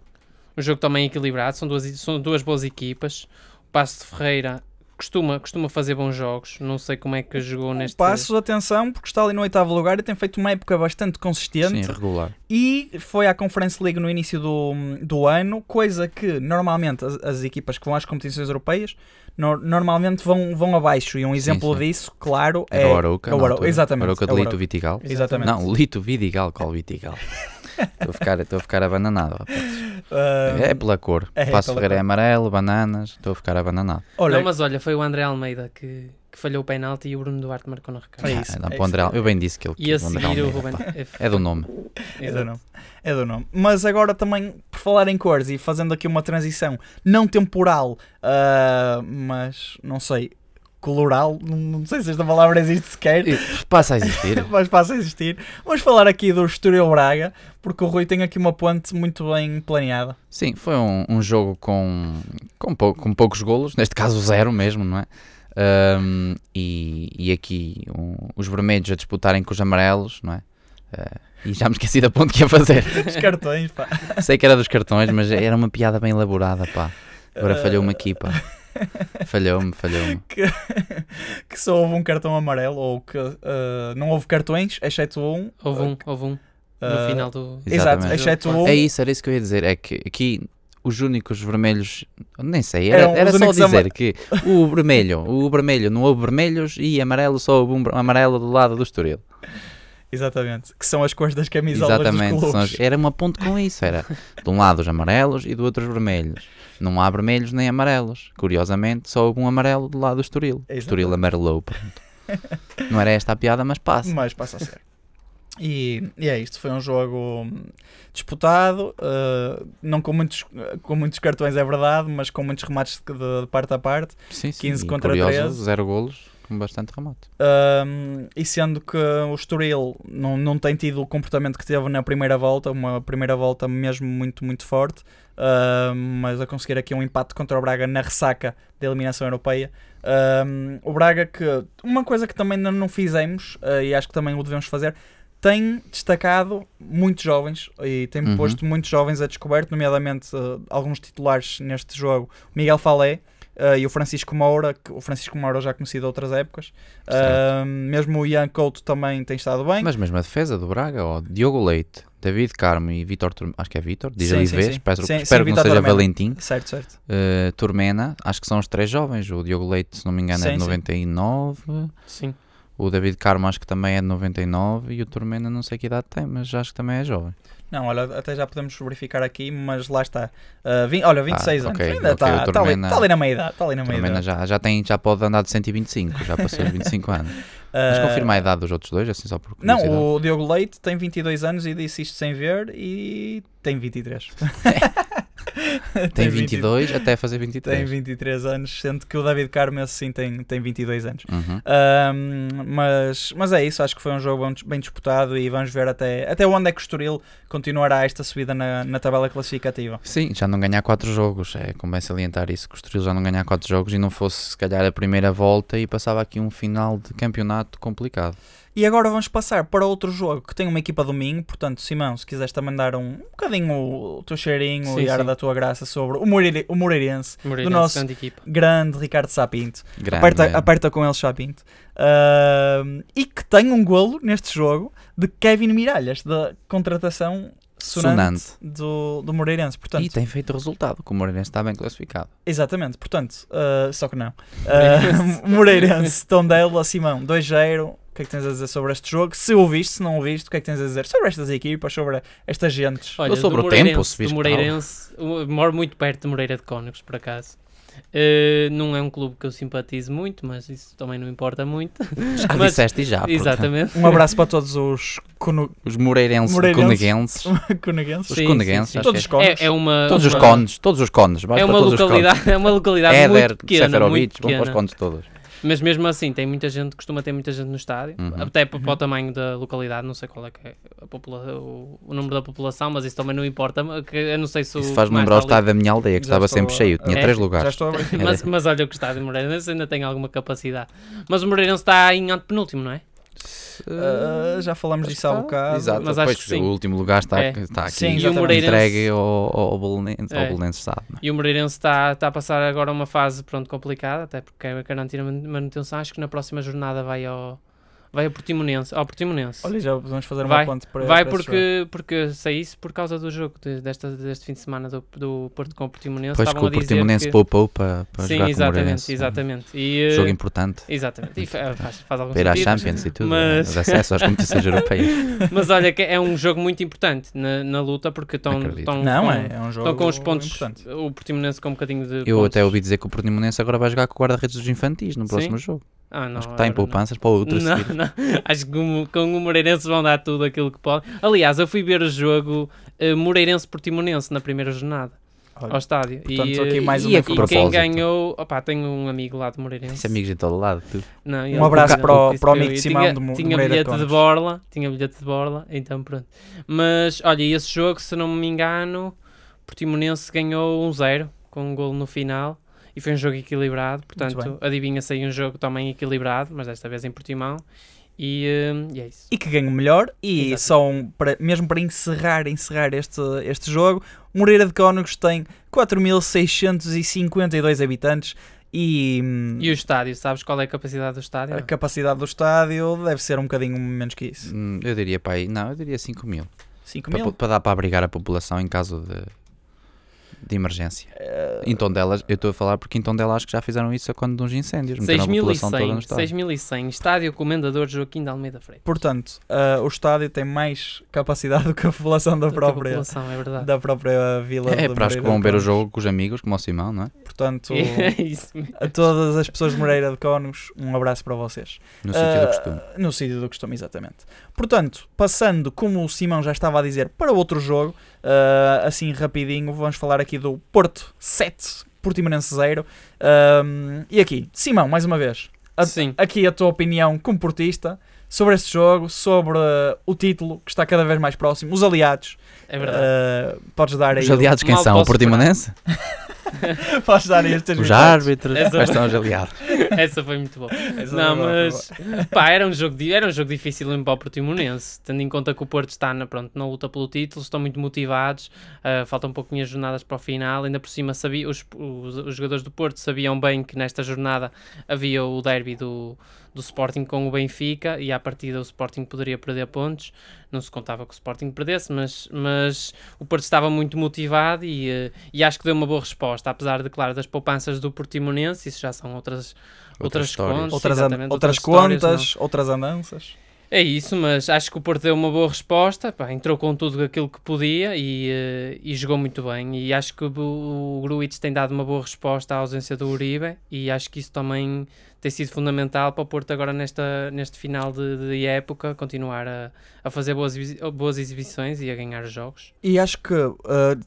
C: um jogo também equilibrado. São duas, são duas boas equipas. O Passo de Ferreira costuma, costuma fazer bons jogos. Não sei como é que jogou neste.
B: Passos, atenção, porque está ali no oitavo lugar e tem feito uma época bastante consistente.
A: Sim, regular.
B: E foi à Conference League no início do, do ano, coisa que normalmente as, as equipas que vão às competições europeias nor- normalmente vão, vão abaixo. E um exemplo
A: sim.
B: disso, claro,
A: Era
B: é.
A: o Arouca.
B: é o
A: na
B: Arou-
A: altura.
B: exatamente,
A: Arouca de
B: é o
A: Lito
B: Arouca.
A: Vitigal.
B: Exatamente.
A: Não, Lito Vidigal, qual Vidigal? Estou a ficar, estou a ficar abananado, rapaz.
B: Ah,
A: É pela cor.
B: é
A: Passo
B: pela
A: Ferreira é
B: cor.
A: amarelo, bananas. Estou a ficar abananado.
B: olha,
C: Não, mas olha, foi o André Almeida que, que falhou o penalti e o Bruno Duarte marcou na recarga.
B: É
A: Ah,
B: isso,
A: dá
B: é
A: para o
B: isso.
A: André Al- Eu bem disse que ele
C: E a
A: que o André
C: seguir o
A: Almeida,
C: Ruben.
A: pá.
C: F-
A: É do nome.
B: É do nome. É do nome. Mas agora também, por falar em cores e fazendo aqui uma transição não temporal, ah, mas não sei, coloral, não- não sei se esta palavra existe sequer.
A: E Passa a existir.
B: Mas passa a existir. Vamos falar aqui do Estoril Braga, porque o Rui tem aqui uma ponte muito bem planeada.
A: Sim, foi um, um jogo com, com, pou- com poucos golos, neste caso zero mesmo, não é? Ahm, e, e aqui um- os vermelhos a disputarem com os amarelos, não é? Ah, e já me esqueci da ponte que ia fazer.
B: Os cartões, pá.
A: Sei que era dos cartões, mas era uma piada bem elaborada, pá. Agora
B: Ah.
A: falhou-me aqui, pá. Falhou-me, falhou-me.
B: Que só houve um cartão amarelo, ou que ah, não houve cartões, exceto um.
C: Houve um, houve um.
B: ah,
C: no final do.
B: Exato,
A: Exatamente.
B: exceto um.
A: É isso, era isso que eu ia dizer. É que aqui os únicos vermelhos, nem sei, era,
B: Eram
A: era
B: os
A: só
B: únicos
A: dizer
B: ama-
A: que o vermelho, o vermelho, não houve vermelhos e amarelo, só houve um amarelo do lado do Estoril.
B: Exatamente. Que são as cores das camisolas dos
A: Exatamente. são
B: clubes.
A: as- Era uma ponte com isso. Era de um lado os amarelos e do outro os vermelhos. Não há vermelhos nem amarelos. Curiosamente, só houve um amarelo do lado do Estoril. O Estoril
B: Exatamente.
A: amarelou. pronto. Não era esta a piada, mas passa.
B: Mas passa a ser. E, e é isto, foi um jogo hum, disputado, eh, não com muitos, com muitos cartões é verdade, mas com muitos remates de, de parte a parte,
A: Sim, sim.
B: 15
A: e
B: contra
A: curioso,
B: 13.
A: zero golos, com bastante remate.
B: Hum, e sendo que o Estoril não, não tem tido o comportamento que teve na primeira volta, uma primeira volta mesmo muito, muito forte, hum, mas a conseguir aqui um empate contra o Braga na ressaca da eliminação europeia. Hum, o Braga que, uma coisa que também ainda não fizemos, eh, e acho que também o devemos fazer, tem destacado muitos jovens e tem
A: Uhum.
B: posto muitos jovens a descoberto, nomeadamente eh, alguns titulares neste jogo, Miguel Falé eh, e o Francisco Moura, que o Francisco Moura eu já conheci de outras épocas,
A: Certo.
B: Ahm, mesmo o Ian Couto também tem estado bem.
A: Mas mesmo a defesa do Braga, ó, Diogo Leite, David Carmo e Vitor Turmena, acho que é Vitor, diz
B: Sim,
A: ali
B: sim,
A: vez,
B: sim.
A: espero,
B: Sim, sim,
A: espero que não
B: Vítor
A: seja
B: Turmena.
A: Valentim,
B: Certo, certo.
A: Eh, Turmena, acho que são os três jovens, o Diogo Leite, se não me engano, é
B: Sim,
A: de
B: sim.
A: 99,
C: Sim.
A: o David Carmo acho que também é de 99 e o Turmena não sei que idade tem, mas acho que também é jovem.
B: Não, olha, até já podemos verificar aqui, mas lá está. Ah, vin- olha, 26
A: Ah,
B: anos.
A: ok,
B: Ainda
A: ok,
B: está
A: o
B: está ali,
A: Turmena-
B: está ali na meia idade. Está ali na meia
A: Turmena
B: idade.
A: já, já, tem, já pode andar de 125, já passou os 25 anos. Mas
B: Ah,
A: confirma a idade dos outros dois, assim só por curiosidade.
B: Não, o Diogo Leite tem 22 anos e disse isto sem ver e tem 23.
A: Tem
B: 20
A: 22 até fazer
B: Tem
A: 23.
B: 23 anos, sendo que o David Carmo, esse sim, tem, tem 22 anos.
A: Uhum.
B: Ahm, mas, mas é isso, acho que foi um jogo bem, bem disputado e vamos ver até, até onde é que o Estoril continuará esta subida na, na tabela classificativa.
A: Sim, já não ganhar 4 jogos. É, convém salientar isso. Que o Estoril já não ganhar 4 jogos e não fosse, se calhar, a primeira volta e passava aqui um final de campeonato complicado.
B: E agora vamos passar para outro jogo que tem uma equipa domingo, portanto, Simão, se quiseres também mandar um, um bocadinho o, o teu cheirinho
C: Sim,
B: e ar
C: sim.
B: da tua graça sobre o, Moreira, o Moreirense,
C: Moreirense,
B: nosso-
C: grande equipa.
B: grande Ricardo Sapinto.
A: Grande, é,
B: aperta,
A: mesmo.
B: aperta com ele Chapinto. Ahm, e que tem um golo neste jogo de Kevin Miralhas, da contratação sonante,
A: Sonante.
B: Do, do Moreirense. Portanto,
A: E tem feito resultado, que o Moreirense está bem classificado.
B: Exatamente, portanto, ah, só que não. Ah, Moreirense, Tondela, Simão, 2-0. O que é que tens a dizer sobre este jogo? Se o viste, se não o viste, o que é que tens a dizer sobre estas equipas, sobre estas gentes?
C: Olha,
A: Eu sobre
C: do
A: o tempo,
C: Moreirense-
A: se viste
C: do
A: que
C: Moreirense, eu moro muito perto de Moreira de Cónegos, por acaso. Eh, não é um clube que eu simpatizo muito, mas isso também não importa muito.
A: Já
C: Mas-
A: disseste e já. portanto.
C: Exatamente.
B: Um abraço para todos os cono-
A: Os Moreirenses,
B: Moreirenses.
A: coneguenses.
B: coneguenses.
A: Os
C: Sim,
A: coneguenses.
C: sim, sim.
A: acho que
B: Todos
A: é.
B: os cones.
C: É, é uma,
A: Todos os
C: uma-
A: cones, todos os cones. Basta
C: É uma
A: todos os cones.
C: localidade, é uma localidade muito
A: Éder,
C: pequena, muito
A: Seferovic, vão para os
C: pequena.
A: contos todos.
C: Mas mesmo assim, tem muita gente, costuma ter muita gente no estádio,
A: Uhum.
C: até para, para
B: Uhum.
C: o tamanho da localidade, não sei qual é, que é a popula- o, o número da população, mas isso também não importa. que eu não sei se o
A: Isso faz-me
C: Tomás
A: lembrar o
C: está ali.
A: estádio da minha aldeia, que
B: Já
A: estava
B: estou
A: sempre
B: a-
A: cheio, tinha
C: É,
A: três
B: Já
A: lugares.
B: estou a abrir.
C: Mas, mas olha que o estádio de Moreirense ainda tem alguma capacidade. Mas o Moreirense está em antepenúltimo, não é?
B: Ah, já falamos disso há bocado.
A: Exato,
C: Mas
A: depois
C: acho que sim.
A: o último lugar está,
C: É.
A: está aqui
B: Sim,
C: E o
B: exatamente.
C: Moreirense,
A: entregue ao, ao Belenense, ao
C: É.
A: Belenenses, sabe? não é?
C: E o Moreirense está, está a passar agora uma fase pronto, complicada, até porque quer garantir a man- manutenção. Acho que na próxima jornada vai ao, vai ao Portimonense. Ao Portimonense.
B: Olha, já vamos fazer uma
C: Vai,
B: ponte para
C: vai
B: para esse jogo.
C: porque, porque sei isso por causa do jogo de- desta, deste fim de semana do, do Porto com o Portimonense.
A: Depois que
C: Estavam
A: o
C: a dizer
A: Portimonense
C: que...
A: poupou para, para
C: Sim,
A: jogar com o
C: exatamente,
A: Moreirense.
C: exatamente. E,
A: Um
C: eh,
A: Jogo importante.
C: Exatamente, e fa- faz, faz algum
A: Para ir à
C: sentido.
A: Champions e tudo,
C: Mas-
A: mas... acesso às competições europeias.
C: Mas olha, que é um jogo muito importante na, na luta porque estão
A: Acredito.
C: estão
B: Não,
C: com-
B: é, é um jogo
C: estão com os pontos.
B: importante.
C: O Portimonense com um bocadinho de.
A: Eu
C: pontos.
A: até ouvi dizer que o Portimonense agora vai jogar com o guarda-redes dos infantis no próximo jogo.
C: Ah, não,
A: Acho que está em
C: agora não.
A: poupanças para o outro. a
C: Não,
A: seguir.
C: não. Acho que com, com o Moreirense vão dar tudo aquilo que podem. Aliás, eu fui ver o jogo eh, Moreirense-Portimonense na primeira jornada
B: Olha,
C: ao estádio. e,
B: portanto, aqui
C: eh,
B: mais
C: e,
B: uma
C: e
A: propósito.
C: quem ganhou. Opá, tenho um amigo lá de Moreirense.
A: Tens amigos em todo lado. Tu.
C: Não, ele-
B: Um abraço
C: ele
B: para o-
C: disse
B: para o
C: que
B: amigo
C: eu-
B: de
C: tinha-
B: Simão de Mo-
C: Tinha
B: Moreira de
C: bilhete de
B: Cónegos.
C: borla, tinha bilhete de borla, então pronto. Mas olha, e esse jogo, se não me engano, Portimonense ganhou 1-0 com um golo no final e foi um jogo equilibrado.
B: bem.
C: Portanto, adivinha-se aí um jogo também equilibrado, mas desta vez em Portimão. E, hum, e é isso.
B: e que ganhe melhor. E
C: Exato.
B: só um- para- mesmo para encerrar, encerrar este, este jogo, Moreira de Cónegos tem 4.652 habitantes e, hum,
C: E o estádio, sabes qual é a capacidade do estádio?
B: a capacidade do estádio deve ser um bocadinho menos que isso.
A: Hum, Eu diria para aí, não, eu diria 5 mil.
B: 5
A: Para,
B: mil?
A: para dar para abrigar a população em caso de, de emergência.
B: Eh,
A: Em Tondela, eu estou a falar porque em Tondela acho que já fizeram isso a quando de uns incêndios. Meteram a população toda no
C: 6.100,
A: estádio.
C: 6.100, estádio Comendador Joaquim de Almeida Freire.
B: Portanto, ah, o estádio tem mais capacidade do que a população da
C: Tanta
B: própria,
C: população, é verdade.
B: da própria vila.
A: É,
B: de
A: para
B: Moreira
A: os que
B: de
A: vão ver o
B: Cónegos.
A: jogo com os amigos, como o Simão, não é?
B: Portanto,
C: É isso mesmo.
B: a todas as pessoas de Moreira de Cónegos, um abraço para vocês.
A: No sentido do
B: Ah,
A: costume.
B: No sítio do costume, exatamente. Portanto, passando, como o Simão já estava a dizer, para outro jogo, ah, assim rapidinho, vamos falar aqui do Porto 7, Portimonense 0. Ahm, e aqui, Simão, mais uma vez, a-
C: Sim.
B: aqui a tua opinião como portista sobre este jogo, sobre ah, o título que está cada vez mais próximo, os aliados.
C: É verdade.
B: Ah, podes dar aí,
A: Os aliados quem
C: mal
A: são? O
C: posso esperar.
A: Portimonense?
B: podes dar aí as tuas
A: Os
B: verdades.
A: árbitros?
C: Essa-
A: Quais são os aliados?
C: Essa foi muito boa.
B: Essa
C: Não,
B: foi boa, foi
C: mas pá, era um jogo, di- era um jogo difícil mesmo para o Portimonense, tendo em conta que o Porto está na, pronto, na luta pelo título, estão muito motivados, ah, faltam pouquinhas jornadas para o final, ainda por cima sabia, os, os, os jogadores do Porto sabiam bem que nesta jornada havia o derby do, do Sporting com o Benfica e à partida o Sporting poderia perder pontos, não se contava que o Sporting perdesse, mas, mas o Porto estava muito motivado e, eh, e acho que deu uma boa resposta, apesar de, claro, das poupanças do Portimonense, isso já são outras,
A: Outras
C: outras,
A: histórias.
C: contas,
B: Outras, an-
C: exatamente,
B: outras
C: histórias,
B: contas, outras andanças.
C: não. É isso, mas acho que o Porto deu uma boa resposta, pá, entrou com tudo aquilo que podia e, eh, e jogou muito bem. E acho que o, o Gruitch tem dado uma boa resposta à ausência do Uribe e acho que isso também tem sido fundamental para o Porto agora nesta, neste final de, de época continuar a, a fazer boas, exibi- boas exibições e a ganhar jogos.
B: E acho que, eh,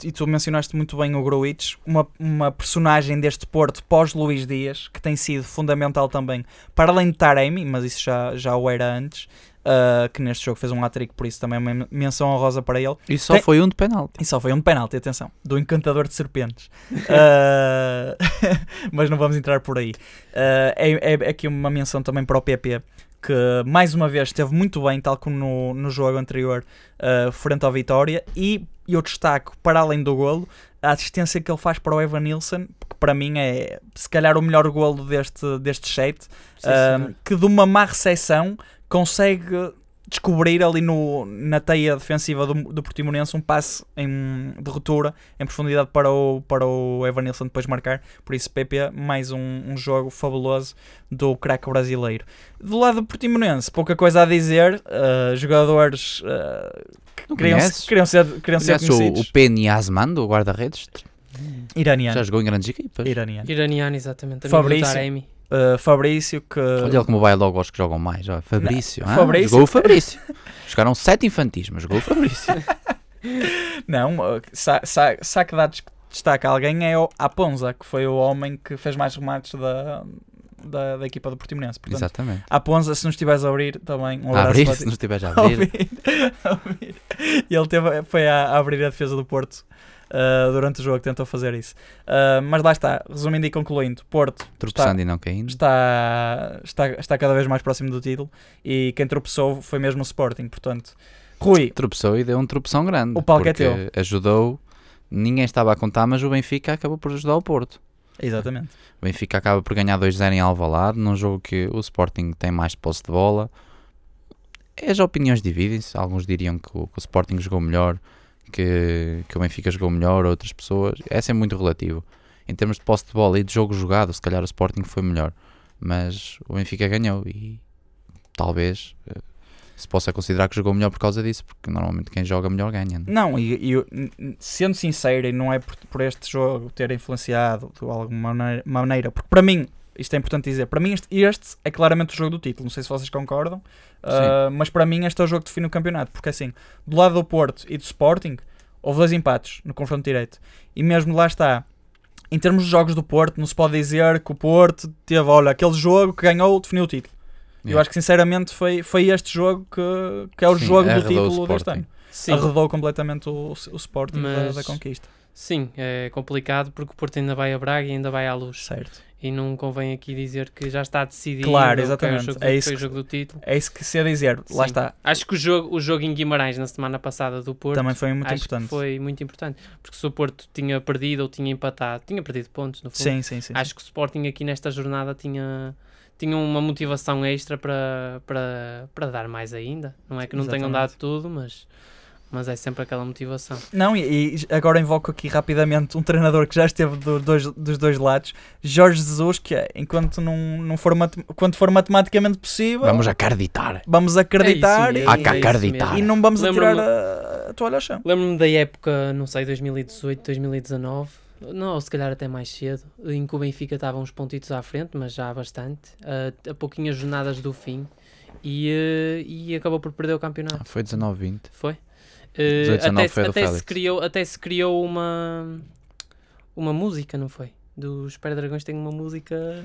B: e tu mencionaste muito bem o Gruitch, uma, uma personagem deste Porto pós-Luís Dias, que tem sido fundamental também, para além de Taremi, mas isso já, já o era antes, eh, que neste jogo fez um hat-trick, por isso também é uma menção honrosa para ele.
A: E só
B: Tem-
A: foi um de penalti.
B: E só foi um de penalti, atenção, do encantador de serpentes. Ah, mas não vamos entrar por aí. Ah, é, é- é aqui uma menção também para o PP, que mais uma vez esteve muito bem, tal como no, no jogo anterior, ah, frente ao Vitória. E eu destaco, para além do golo, a assistência que ele faz para o Evan Nilsson, que para mim é se calhar o melhor golo deste, deste shape.
C: Sim,
B: Ah,
C: senhor.
B: que de uma má recessão consegue descobrir ali no, na teia defensiva do, do Portimonense um passe em, de ruptura em profundidade para o, para o Evanilson depois marcar. Por isso, PP, mais um, um jogo fabuloso do craque brasileiro. Do lado do Portimonense, pouca coisa a dizer. ah, jogadores ah,
A: Não
B: queriam,
A: conheces?
B: queriam ser, queriam ser
A: Conheces o,
B: conhecidos.
A: o Penny Asmando, o guarda-redes? Já
B: Iraniano.
A: jogou em grandes equipas.
B: Iraniano.
C: Iraniano, exatamente. é
B: Fabrício.
C: Fabrício. Taremi.
B: Ah, Fabrício, que
A: Olha ele como vai logo aos que jogam mais. ó. Fabrício. ah,
B: É. Fabrício.
A: Jogou o Fabrício. Jogaram sete infantis, mas jogou o Fabrício.
B: Não, uh, sa, sa, se há que dá des- destaque a alguém é o Aponza, que foi o homem que fez mais remates da, da, da equipa do Portimonense. Portanto,
A: Exatamente.
B: Aponza, se nos estiveres a abrir, também um
A: A
B: abraço
A: abrir,
B: para
A: se
B: ti.
A: nos estiveres a
B: A
A: abrir.
B: Ouvir, a ouvir. E ele teve, foi a, a abrir a defesa do Porto uh, durante o jogo, tentou fazer isso. Uh, mas lá está, resumindo e concluindo, Porto
A: Tropeçando e não caindo.
B: está, está, está cada vez mais próximo do título e quem tropeçou foi mesmo o Sporting, portanto... Rui,
A: tropeçou e deu um tropeção grande.
B: O palco é
A: porque Ajudou, ninguém estava a contar, mas o Benfica acabou por ajudar o Porto.
B: exatamente.
A: O Benfica acaba por ganhar 2-0 em Alvalade, num jogo que o Sporting tem mais posse de bola. As opiniões dividem-se. Alguns diriam que o, que o Sporting jogou melhor, que, que o Benfica jogou melhor, outras pessoas. É sempre muito relativo. Em termos de posse de bola e de jogo jogado, se calhar o Sporting foi melhor. Mas o Benfica ganhou e talvez eh, se possa considerar que jogou melhor por causa disso, porque normalmente quem joga melhor ganha. né?
B: Não, e, e eu, n- n- sendo sincero, e não é por, por este jogo ter influenciado de alguma maneira, maneira, porque para mim, isto é importante dizer, para mim este, este é claramente o jogo do título, não sei se vocês concordam, ah, mas para mim este é o jogo que define o campeonato, porque assim, do lado do Porto e do Sporting, houve dois empates no confronto direito, e mesmo lá está, em termos de jogos do Porto, não se pode dizer que o Porto teve, olha, aquele jogo que ganhou definiu o título. Eu
A: Yeah.
B: acho que sinceramente foi, foi este jogo que, que é o
A: Sim,
B: jogo do
A: arredou o
B: título deste
A: Sporting.
B: ano
C: Sim.
B: arredou completamente o, o Sporting da-
C: Mas-
B: da, conquista.
C: Sim, é complicado porque o Porto ainda vai a Braga e ainda vai à luz.
B: Certo.
C: E não convém aqui dizer que já está decidido.
B: Claro,
C: ou que é o
B: exatamente.
C: jogo-
B: É isso
C: Foi o
B: que-
C: jogo do título.
B: É isso que se ia dizer. Lá
C: Sim.
B: está.
C: Acho que o jogo, o jogo em Guimarães na semana passada do Porto
B: Também foi muito
C: acho que
B: importante.
C: foi muito importante. Porque se o Porto tinha perdido ou tinha empatado, tinha perdido pontos no fundo.
B: Sim, sim, sim.
C: Acho que o Sporting aqui nesta jornada tinha, tinha uma motivação extra para, para, para dar mais ainda. Não é que não tenham
B: Exatamente.
C: dado tudo, mas, mas é sempre aquela motivação.
B: Não, e, e agora invoco aqui rapidamente um treinador que já esteve do- dois- dos dois lados, Jorge Jesus, que é, enquanto não, não for, matem- quando for matematicamente possível,
A: Vamos acreditar.
B: vamos acreditar
C: É isso mesmo,
B: e,
A: Há que
C: é isso
A: acreditar.
C: mesmo.
B: e não vamos
C: Lembro-me-
B: atirar a, a toalha ao chão.
C: Lembro-me da época, não sei, 2018, 2019, não, ou se calhar até mais cedo, em que o Benfica estava uns pontitos à frente, mas já há bastante, a, a pouquinhas jornadas do fim, e, eh, e acabou por perder o campeonato.
A: Ah, Foi 19-20.
C: Foi? Eh,
A: 18, 19
C: até,
A: foi a do
C: até, se
A: Félix.
C: criou, até se criou uma, uma música, não foi? Dos Pé Dragões tem uma música.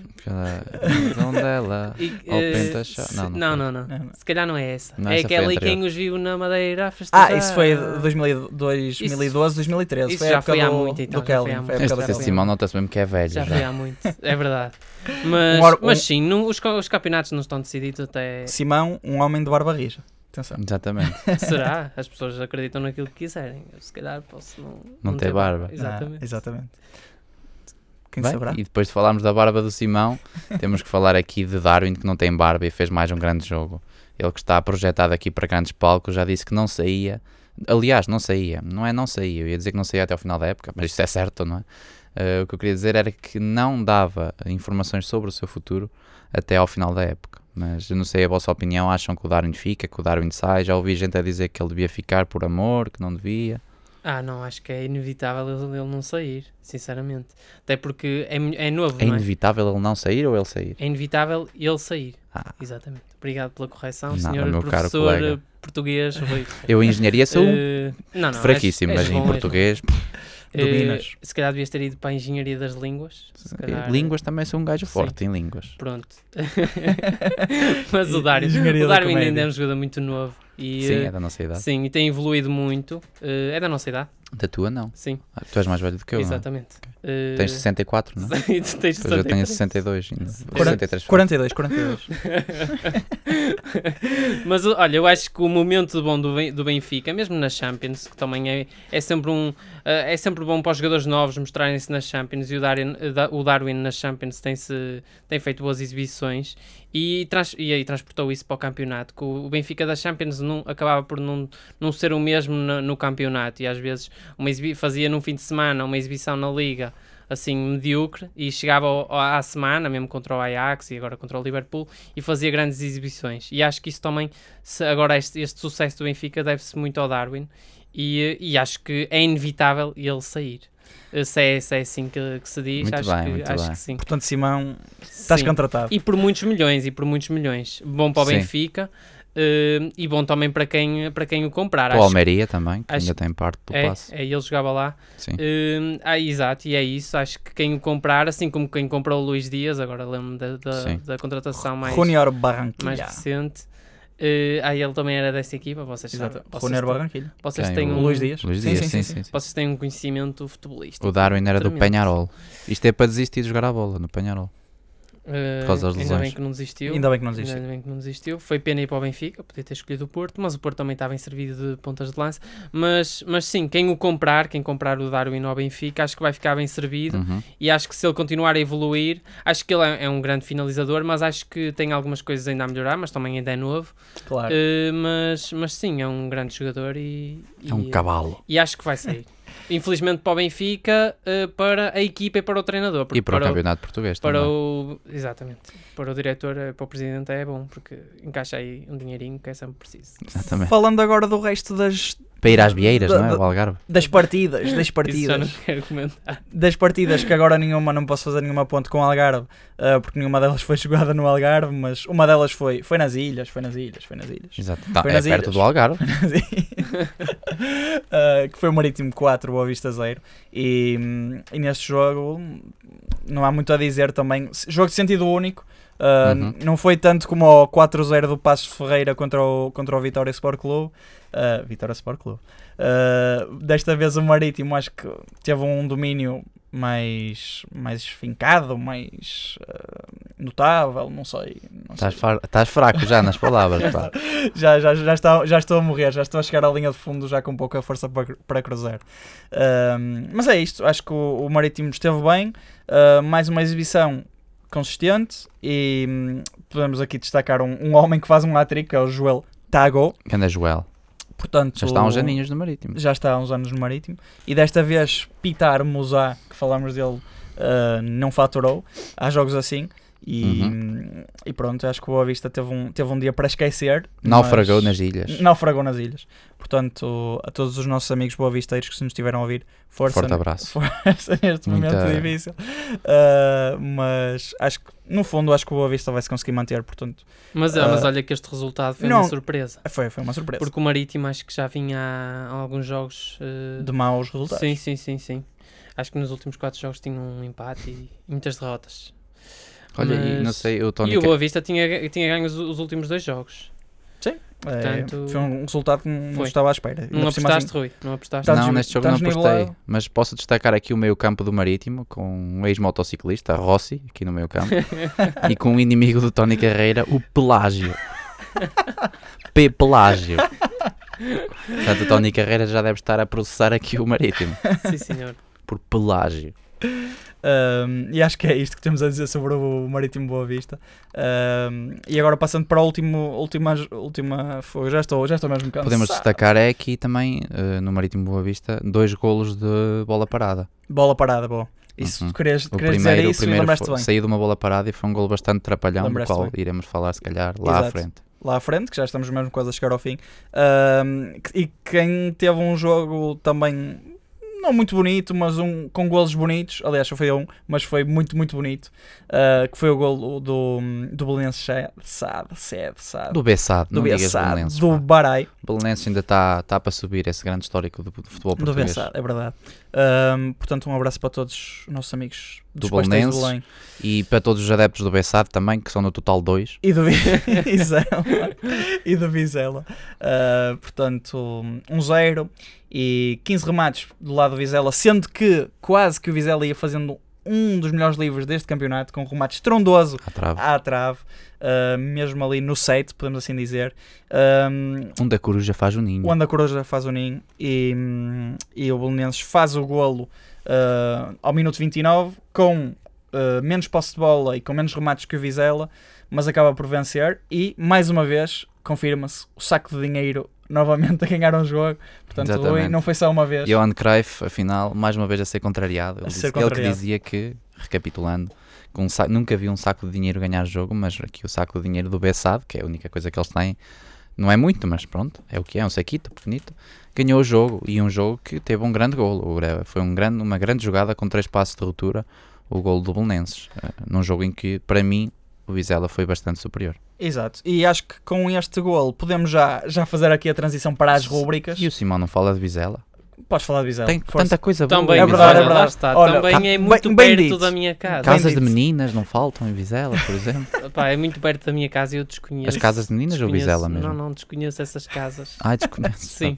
A: um Zondela.
C: E,
A: Ao
C: eh,
A: Penta Chá-
C: se-
A: não, não
C: não,
A: foi.
C: não, não.
B: Não, não.
C: Se calhar não é essa.
A: Não,
C: é
A: essa foi
C: aquela e
A: anterior.
C: quem os viu na Madeira a
B: Ah,
C: festejar.
B: isso foi 2000, 2012, 2013.
C: isso
B: foi a
C: já
B: época
C: foi há
B: do,
C: muito, então,
B: do
C: já
B: Kelly.
C: foi
B: foi
C: há
B: a
C: muito.
B: época
A: Este
B: do
C: Já
B: Kelly.
A: testemunho nota-se mesmo que é velho.
C: Já
A: Já
C: foi há muito, é verdade. Mas,
B: Um or-
C: mas
B: um-
C: sim, não- os, ca- os campeonatos não estão decididos até.
B: Simão, um homem de barba rija. Atenção.
A: Exatamente.
C: Será? As pessoas acreditam naquilo que quiserem. Eu, se calhar posso não.
A: Não ter barba.
C: Exatamente.
B: Ah, exatamente. Quem
A: Bem,
B: saberá?
A: e depois de falarmos da barba do Simão, temos que falar aqui de Darwin, que não tem barba e fez mais um grande jogo. Ele que está projetado aqui para grandes palcos, já disse que não saía. Aliás, não saía. Não é não saía. Eu ia dizer que não saía até ao final da época, mas isso é certo, não é? Eh, o que eu queria dizer era que não dava informações sobre o seu futuro até ao final da época. Mas eu não sei a vossa opinião. Acham que o Darwin fica, que o Darwin sai? Já ouvi gente a dizer que ele devia ficar por amor, que não devia.
C: Ah, não, acho que é inevitável ele, ele não sair, sinceramente. Até porque é, mu- é novo,
A: É
C: não é?
A: inevitável ele não sair ou ele sair?
C: É inevitável ele sair.
A: Ah.
C: Exatamente. Obrigado pela correção,
A: Nada,
C: senhor
A: meu caro
C: professor
A: colega.
C: eh, português. Rui.
A: Eu em engenharia sou um
C: Eh, não, não,
A: fraquíssimo,
C: és- és
A: mas em
C: bom, és
A: português,
C: bom. Eh,
B: dominas.
C: se calhar devias ter ido para a engenharia das línguas. Se calhar, eh,
A: línguas também sou um gajo
C: Sim.
A: forte em línguas.
C: Pronto. Mas o Dário,
B: Engenharia
C: o
B: da
C: Dário ainda,
B: comédia.
C: ainda é um jogador muito novo. E,
A: Sim,
C: eh,
A: é da nossa idade.
C: sim, e tem evoluído muito. Eh, é da nossa idade,
A: Da tua, não.
C: sim,
A: Ah, Tu és mais velho do que eu, não é?
C: exatamente. Eh,
A: Tens 64, não? é?
C: tu tens
A: Pois eu tenho
C: 63.
A: 62 ainda.
B: Quarenta-
A: 63.
B: 42, 42.
C: Mas o- olha, eu acho que o momento bom do, Ben- do Benfica, mesmo na Champions, que também é, é sempre um eh, é sempre bom para os jogadores novos mostrarem-se nas Champions e o Darwin, eh, da- o Darwin nas Champions tem, -se, tem feito boas exibições e, trans, e aí transportou isso para o campeonato. Que o o Benfica da Champions não, acabava por não, não ser o mesmo no, no campeonato e às vezes uma exibi- fazia num fim de semana uma exibição na Liga assim medíocre e chegava ao- ao- à semana mesmo contra o Ajax e agora contra o Liverpool e fazia grandes exibições. E acho que isso também, se- agora este, este sucesso do Benfica deve-se muito ao Darwin e, e acho que é inevitável ele sair. Se é, se é assim que, que se diz,
A: Muito
C: acho,
A: bem,
C: que,
A: muito
C: acho
A: bem.
C: que sim.
B: Portanto, Simão, estás
C: Sim.
B: contratado.
C: E por muitos milhões, e por muitos milhões. Bom para o
A: Sim.
C: Benfica eh, e bom também para quem, para quem o comprar.
A: O
C: Acho
A: Almeria também, que
C: acho
A: ainda tem parte do
C: é,
A: passe.
C: é, ele jogava lá.
A: Sim.
C: Hum, ah, exato, e é isso. Acho que quem o comprar, assim como quem comprou o Luís Dias, agora lembro-me da, da,
A: Sim.
C: da contratação mais,
B: Junior
C: mais
B: Barranquilla.
C: recente. Eh, ah, ele também era dessa equipa, vocês sabem.
B: Exato.
C: Vocês,
B: Junior Barranquilla.
C: têm- vocês
A: Quem?
C: têm
A: O
C: um,
B: Luís Dias.
A: Luís
B: Sim,
A: Dias,
B: sim,
A: sim,
B: sim,
A: sim, sim.
C: Vocês têm um conhecimento futebolístico.
A: O Darwin era do
C: Tremendo.
A: Penharol. Isto é para desistir de jogar a bola no Penharol.
C: Eh,
A: por causa das
C: ainda bem
A: lesões.
C: que não desistiu.
B: Ainda bem que não
C: Ainda
B: existe.
C: bem que não desistiu. Foi pena ir para o Benfica, podia ter escolhido o Porto, mas o Porto também estava em servido de pontas de lança. Mas, mas sim, quem o comprar, quem comprar o Darwin ao Benfica, acho que vai ficar bem servido.
A: Uhum.
C: E acho que se ele continuar a evoluir, acho que ele é, é um grande finalizador, mas acho que tem algumas coisas ainda a melhorar, mas também ainda é novo.
B: Claro.
C: Eh, mas, mas sim, é um grande jogador e,
A: É um
C: e,
A: cavalo.
C: e acho que vai sair. Infelizmente para o Benfica, eh, para a equipa e para o treinador. porque
A: E para o
C: para
A: campeonato português
C: para
A: também.
C: o exatamente para o diretor eh, para o presidente é bom porque encaixa aí um dinheirinho que é sempre preciso
A: Exatamente.
B: Falando agora do resto das,
A: Para ir às Vieiras,
B: Da-
A: não é?
B: da-
A: O Algarve.
B: das partidas, das
C: Isso já não
B: partidas,
C: quero comentar
B: das partidas que agora nenhuma, não posso fazer nenhuma ponte com o Algarve, ah, porque nenhuma delas foi jogada no Algarve, mas uma delas foi, foi nas ilhas, foi nas ilhas, foi nas ilhas.
A: Exato. Tá,
B: Foi
A: é
B: nas
A: perto
B: Ilhas.
A: do Algarve.
B: Ah, que foi o Marítimo 4, Boa Vista 0. E, hum, e neste jogo hum, não há muito a dizer também. S- Jogo de sentido único. ah,
A: Uhum.
B: Não foi tanto como o 4-0 do Passos Ferreira contra o, contra o Vitória Sport Clube. ah, Vitória Sport Clube. Ah, desta vez o Marítimo acho que teve um domínio mais, mais fincado, mais ah, notável, não sei. Não
A: Estás,
B: sei.
A: far- estás fraco já nas palavras. pá.
B: Já, já, já, está, já estou a morrer, já estou a chegar à linha de fundo já com pouca força para, cru- para cruzar. Ahm, mas é isto, acho que o, o Marítimo esteve bem, ah, mais uma exibição consistente e hum, podemos aqui destacar um, um homem que faz um hat-trick, que é o Joel Tago,
A: Ganda Joel.
B: portanto...
A: Já está uns aninhos no Marítimo.
B: Já está há uns anos no Marítimo. E desta vez Pitar Musá, que falámos dele, ah, não faturou. Há jogos assim.
A: Uhum.
B: E, hum, e pronto, acho que o Boa Vista teve um, teve um dia para esquecer.
A: Naufragou
B: mas-
A: nas ilhas.
B: Naufragou nas ilhas. Portanto, a todos os nossos amigos boavisteiros que se nos tiveram a ouvir, força, né?
A: Forte abraço.
B: força neste
A: Muita-
B: momento difícil. Ah, mas acho que, no fundo, acho que o Boa Vista vai se conseguir manter. Portanto,
C: mas,
B: Ah,
C: mas olha que este resultado foi
B: não.
C: uma surpresa
B: foi, foi uma surpresa.
C: porque o Marítimo acho que já vinha há alguns jogos eh,
B: De maus resultados.
C: Sim, sim, sim, sim. Acho que nos últimos quatro jogos tinha um empate e muitas derrotas.
A: Olha, e
C: Mas-
A: não sei, o
C: e
A: Tony.
C: o Boa Vista tinha, tinha ganho os, os últimos dois jogos.
B: É,
C: portanto,
B: foi um resultado que não
C: foi.
B: estava à espera. Ainda
C: Não
B: por cima, Tá. assim,
C: apostaste, Rui? Não apostaste?
B: Estás
A: não,
B: de-
A: neste jogo não
B: estás
A: apostei.
B: nivelado?
A: Mas posso destacar aqui o meio campo do Marítimo, com um ex-motociclista, Rossi, aqui no meio campo, e com um inimigo do Tony Carreira, o Pelágio. P. Pelágio. Portanto, o Tony Carreira já deve estar a processar aqui o Marítimo,
C: Sim, senhor.
B: Tá
A: por Pelágio.
B: Um, e acho que é isto que temos a dizer sobre o Marítimo Boa Vista. Um, e agora passando para a último, última, última fogo, já estou, já estou mesmo cansado.
A: Podemos destacar é aqui também, eh, no Marítimo Boa Vista, dois golos de bola parada.
B: Bola parada, boa. Isso,
A: Uhum.
B: tu querias,
A: O
B: querias
A: primeiro,
B: dizer
A: o
B: isso e
A: primeiro
B: lembraste
A: foi-
B: bem.
A: saiu de uma bola parada e foi um golo bastante trapalhão, do
B: Lembraste
A: qual
B: bem.
A: iremos falar se calhar lá à
B: Exato.
A: frente.
B: lá à frente, que já estamos mesmo quase a chegar ao fim. Ahm, que- e quem teve um jogo também não muito bonito, mas um com golos bonitos, aliás só foi um, mas foi muito, muito bonito, ah, que foi o golo do, do Belenenses Sad, Sad, Sad,
A: Do Bessado, não
B: do
A: digas
B: Bessade,
A: Belenenses.
B: do
A: pá.
B: Barai,
A: Belenenses ainda está tá para subir esse grande histórico do, do futebol
B: do
A: português.
B: Bessade, é verdade. Ahm, portanto, um abraço para todos os nossos amigos
A: Do
B: dos pastéis de
A: Belenenses.
B: Belém.
A: E para todos os adeptos do Bessado também, que são no total dois.
B: E do Vizela. e do Vizela. Ah, portanto, um 0 e 15 remates do lado do Vizela, sendo que quase que o Vizela ia fazendo um dos melhores livros deste campeonato, com um remate estrondoso
A: à trave.
B: à trave, ah, mesmo ali no site, podemos assim dizer. Ah,
A: Um da coruja faz o ninho.
B: onde a Coruja faz o ninho e, hum, e o Belenenses faz o golo ah, ao minuto 29 com ah, menos posse de bola e com menos remates que o Vizela, mas acaba por vencer e mais uma vez confirma-se o saco de dinheiro novamente a ganhar um jogo. Portanto, Rui,
A: Exatamente.
B: não foi só uma vez.
A: Johan Cruyff, afinal, mais uma vez a ser contrariado. Ele,
B: A
A: disse-
B: ser
A: ele
B: contrariado.
A: que dizia que, recapitulando, com um sa- nunca vi um saco de dinheiro ganhar jogo, mas aqui o saco de dinheiro do Bessado, que é a única coisa que eles têm, não é muito, mas pronto, é o que é, um saquito pequenito, ganhou o jogo e um jogo que teve um grande golo. O Greve Foi um grande, uma grande jogada com três passos de ruptura, o golo do Belenenses, eh, num jogo em que, para mim, o Vizela foi bastante superior.
B: Exato. E acho que com este golo podemos já, já fazer aqui a transição para as rúbricas.
A: E o Simão não fala de Vizela?
B: Podes falar de Vizela.
A: Tem
B: força.
A: tanta coisa boa.
C: Também,
A: em
B: é
A: Vizela.
B: verdade, é
C: lá
B: verdade.
C: está.
B: Olha,
C: Também
B: tá-
C: é muito
B: bem- bem
C: perto
B: dito.
C: da minha casa.
B: Casa-
A: Casas de
B: dito.
A: meninas não faltam em Vizela, por exemplo.
C: Pá, é muito perto da minha casa e eu desconheço.
A: As casas de meninas ou
C: desconheço-
A: Vizela mesmo?
C: Não, não, desconheço essas casas.
A: Ah, desconheço.
C: Sim,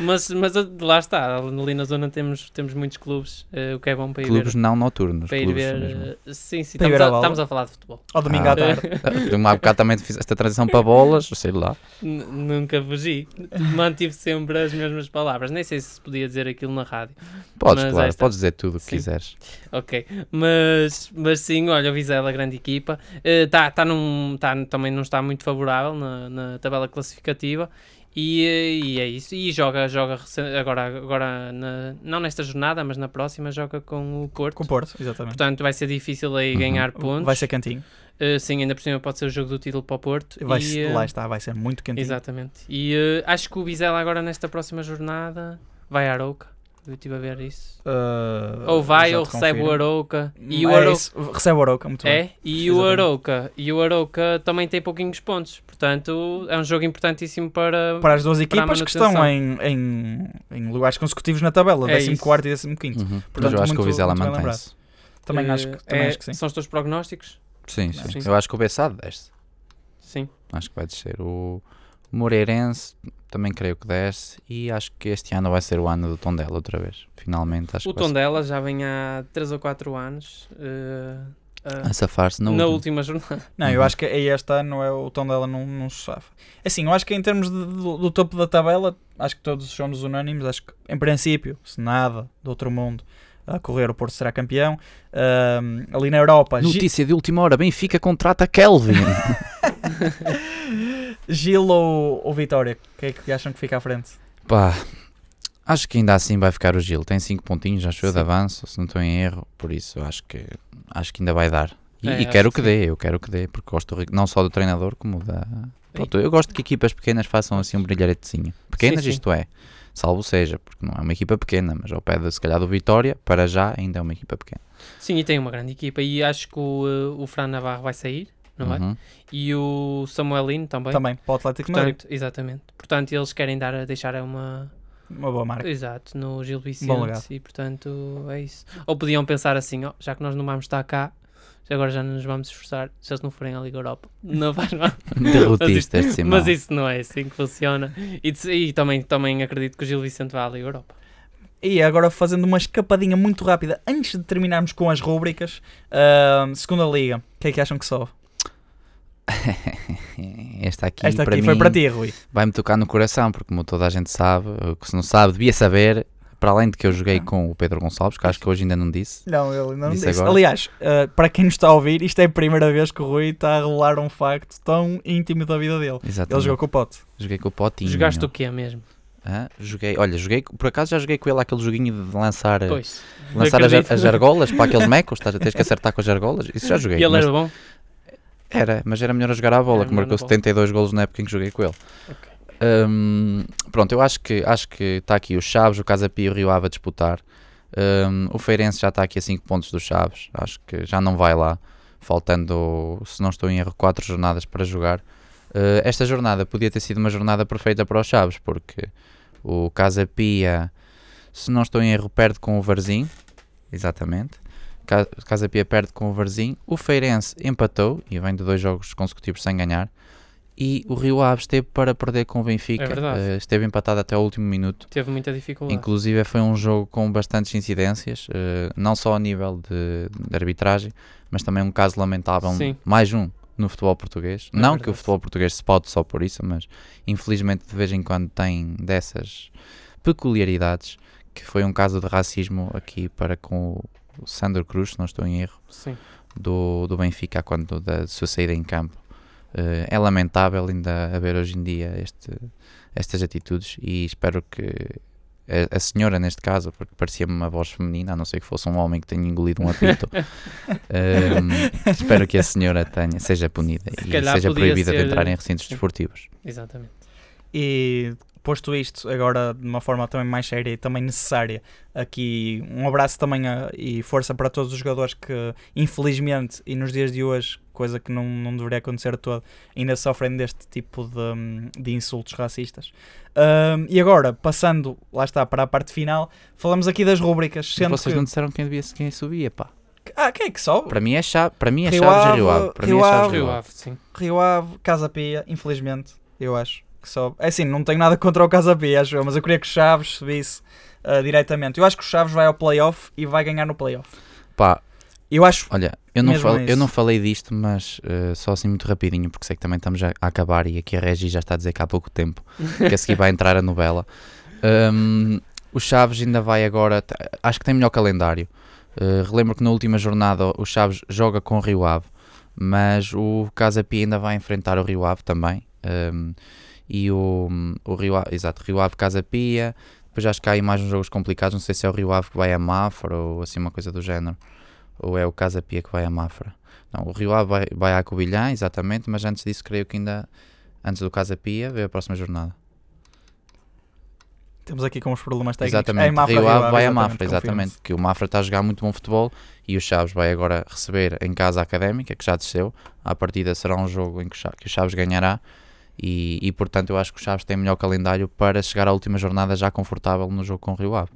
C: mas, mas eu- lá está, ali na zona temos, temos muitos clubes, eh, o que é bom para ir
A: Clubes
C: ver.
A: não noturnos,
C: Para ir
A: clubes
C: ver
A: mesmo.
C: eh, sim, sim,
B: Para ir
C: estamos
B: ver a
C: a,
B: bola.
C: estamos a falar de futebol.
B: Ao domingo
A: Ah,
B: à tarde.
A: Ah, Há bocado também fiz esta transição para bolas, sei lá.
C: N- Nunca fugi, mantive sempre as mesmas palavras. Nem sei se podia dizer aquilo na rádio.
A: Podes,
C: Mas
A: claro,
C: esta-
A: podes dizer tudo o que
C: Sim.
A: quiseres.
C: Ok, mas, mas sim, olha, o Vizela, grande equipa, Eh, tá, tá num, tá, também não está muito favorável na, na tabela classificativa e, eh, e é isso. E joga, joga recen- agora, agora na- não nesta jornada, mas na próxima, joga com o Porto.
B: Com o Porto, exatamente.
C: Portanto, vai ser difícil aí
A: Uhum.
C: ganhar pontos.
B: Vai ser cantinho.
C: Eh, sim, ainda por cima pode ser o jogo do título para o Porto.
B: Vai
C: e,
B: ser-
C: eh,
B: lá está, vai ser muito cantinho.
C: Exatamente. E eh, acho que o Vizela agora nesta próxima jornada vai à Arouca. Eu estive a ver isso.
B: Uh,
C: Ou vai
B: já
C: ou
B: te
C: recebe o
B: confirmo.
C: Arouca. E o
B: É
C: Arouca.
B: isso, recebe o Arouca, muito bem.
C: É, e o
B: Exatamente.
C: Arouca. E o Arouca também tem pouquinhos pontos. Portanto, é um jogo importantíssimo para.
B: Para as duas
C: Para a
B: equipas que
C: manutenção.
B: estão em, em, em lugares consecutivos na tabela,
C: É
B: 14 quarto e 15 quinto.
A: Uhum. Mas
B: Portanto,
A: eu acho que o
B: muito-
A: Vizela
B: muito bem
A: mantém-se.
B: Também,
C: eh,
B: acho, que, também
C: é-
B: acho que sim.
C: São os teus prognósticos?
A: Sim, sim.
C: Sim.
A: Eu acho que o Bessado desce.
C: Sim.
A: Acho que vai descer. O Moreirense também creio que desce. E acho que este ano vai ser o ano do Tondela outra vez. Finalmente, acho
C: o
A: que vai ser-
C: Tondela já vem há 3 ou 4 anos. eh, eh,
A: a safar-se
C: na
A: Ah, na última.
C: última jornada.
B: Não, eu
A: Uhum.
B: acho que aí este ano é, o tom dela não, não se safa. Assim, eu acho que em termos de- do, do topo da tabela, acho que todos somos unânimes. Acho que, em princípio, se nada do outro mundo a correr, o Porto será campeão. Ahm, ali na Europa, Gi-
A: Notícia de última hora: Benfica contrata Kelvin.
B: Gil ou, ou Vitória? Quem é que acham que fica à frente?
A: Pá, acho que ainda assim vai ficar o Gil. Tem 5 pontinhos, acho eu, de
B: Sim.
A: avanço, se não estou em erro. Por isso, acho que, acho que ainda vai dar. E,
C: É,
A: e
C: acho
A: quero
C: que
A: que, dê, eu quero que dê, porque gosto ri- não só do treinador, como da. Pronto, eu gosto que equipas pequenas façam assim um brilharetezinho. Pequenas,
C: Sim, sim.
A: isto é, salvo seja, porque não é uma equipa pequena, mas ao pé, de, se calhar, do Vitória, para já ainda é uma equipa pequena.
C: Sim, e tem uma grande equipa. E acho que o, eh, o Fran Navarro vai sair, não é?
A: Uhum.
C: E o Samuelino também.
B: Também, para o Atlético de Madrid.
C: Portanto, exatamente. Portanto, eles querem dar, deixar uma,
B: Uma boa marca.
C: Exato, no Gil Vicente
B: Bom legado.
C: e portanto é isso. Ou podiam pensar assim, ó, já que nós não vamos estar cá, agora já não nos vamos esforçar, se eles não forem à Liga Europa, não faz mal.
A: Derrotista este Simão.
C: Mas isso não é assim que funciona. E, de- e também, também acredito que o Gil Vicente vá à Liga Europa.
B: E agora fazendo uma escapadinha muito rápida antes de terminarmos com as rúbricas, ahm, segunda liga, o que é que acham que sobe?
A: Esta aqui,
B: Esta
A: para
B: aqui
A: mim,
B: foi para ti, Rui.
A: vai-me tocar no coração, porque como toda a gente sabe, ou que se não sabe, devia saber, para além de que eu
C: Ah.
A: joguei com o Pedro Gonçalves, que acho que hoje ainda não disse,
B: Não, ele não
A: Disse
B: disse.
A: agora.
B: Aliás, ah, para quem nos está a ouvir, isto é a primeira vez que o Rui está a revelar um facto tão íntimo da vida dele.
A: exatamente,
B: Ele jogou com o Pote.
A: joguei com o Potinho.
C: Jogaste o quê mesmo?
A: Hã? Joguei, olha, joguei, por acaso já joguei com ele aquele joguinho de lançar,
C: Pois.
A: lançar as,
C: acredito.
A: as argolas para aqueles mecos, estás a teres que acertar com as argolas, isso já joguei.
C: E ele
A: mas
C: era bom?
A: Era, mas era melhor a jogar à bola,
C: Era
A: que
C: melhor
A: marcou
C: na bola.
A: 72 golos na época em que joguei com ele.
C: Ok.
A: Hum, pronto, eu acho que acho que está aqui o Chaves, o Casa Pia e o Rio Ave a disputar. Hum, o Feirense já está aqui a 5 pontos do Chaves, acho que já não vai lá, faltando, se não estou em erro, 4 jornadas para jogar. Eh, esta jornada podia ter sido uma jornada perfeita para o Chaves, porque o Casa Pia, se não estou em erro, perde com o Varzim, exatamente. Ca- Casa Pia perde com o Varzim. O Feirense empatou e vem de dois jogos consecutivos sem ganhar. E o Rio Aves esteve para perder com o Benfica.
C: É verdade.
A: Eh, esteve empatado até o último minuto.
C: Teve muita dificuldade.
A: Inclusive foi um jogo com bastantes incidências, eh, não só a nível de, de arbitragem, mas também um caso lamentável, um-
C: Sim. É
A: mais um no futebol português. não que o
C: verdade.
A: futebol português se paute só por isso, mas infelizmente de vez em quando tem dessas peculiaridades, que foi um caso de racismo aqui para com o Sandro Cruz, se não estou em erro
C: Sim.
A: do, do Benfica quando da sua saída em campo. Eh, é lamentável ainda haver hoje em dia este- estas atitudes e espero que a, a senhora, neste caso, porque parecia-me uma voz feminina, a não ser que fosse um homem que tenha engolido um apito, ehm, espero que a senhora tenha, seja punida
C: Se
A: e
C: calhar
A: seja
C: podia
A: proibida de
C: ser-
A: entrar em recintos
C: Sim.
A: desportivos.
C: Exatamente.
B: E posto isto, agora de uma forma também mais séria e também necessária, aqui um abraço também a- e força para todos os jogadores que, infelizmente, e nos dias de hoje, coisa que não, não deveria acontecer todo, ainda sofrem deste tipo de, hum, de insultos racistas. Hum, e agora, passando, lá está, para a parte final, falamos aqui das rúbricas,
A: E
B: sendo
A: Vocês
B: que...
A: não disseram quem devia quem subia, pá.
B: Ah, quem é que sobe?
A: Para mim é chave, para mim é
B: Rio
A: chaves e
B: Ave,
A: Rio Ave. Para mim é
B: Rio
A: chaves
B: Ave.
A: Rio
C: Rio
A: Ave.
C: Ave, sim.
B: Rio Ave, Casa Pia, infelizmente, eu acho que sobe. É assim, não tenho nada contra o Casa Pia, acho eu, mas eu queria que o Chaves subisse ah, diretamente. Eu acho que o Chaves vai ao playoff e vai ganhar no playoff.
A: Pá,
B: Eu acho.
A: Olha, eu não,
B: Mesmo é
A: fal- eu
B: isso.
A: não falei disto, mas eh, só assim muito rapidinho, porque sei que também estamos a, a acabar e aqui a Regi já está a dizer que há pouco tempo que a seguir vai entrar a novela. Ahm, o Chaves ainda vai agora, t- acho que tem melhor calendário. Eh, relembro que na última jornada o Chaves joga com o Rio Ave, mas o Casa Pia ainda vai enfrentar o Rio Ave também. Ahm, e o, o Rio Ave, exato, Rio Ave Casa Pia. Depois acho que há aí mais uns jogos complicados. Não sei se é o Rio Ave que vai a Mafra ou assim uma coisa do género ou é o Casa Pia que vai à Mafra? Não, o Rio Ave vai, vai à Covilhã, exatamente, mas antes disso creio que ainda, antes do Casa Pia, vê a próxima jornada.
B: Temos aqui com os problemas técnicos.
A: exatamente,
B: É Mafra,
A: Rio Ave vai à
B: exatamente,
A: Mafra,
B: confirmo-se.
A: exatamente, que o Mafra está a jogar muito bom futebol e o Chaves vai agora receber em casa a Académica, que já desceu, à partida será um jogo em que o Cha- que o Chaves ganhará e, e, portanto eu acho que o Chaves tem melhor calendário para chegar à última jornada já confortável no jogo com o Rio Ave,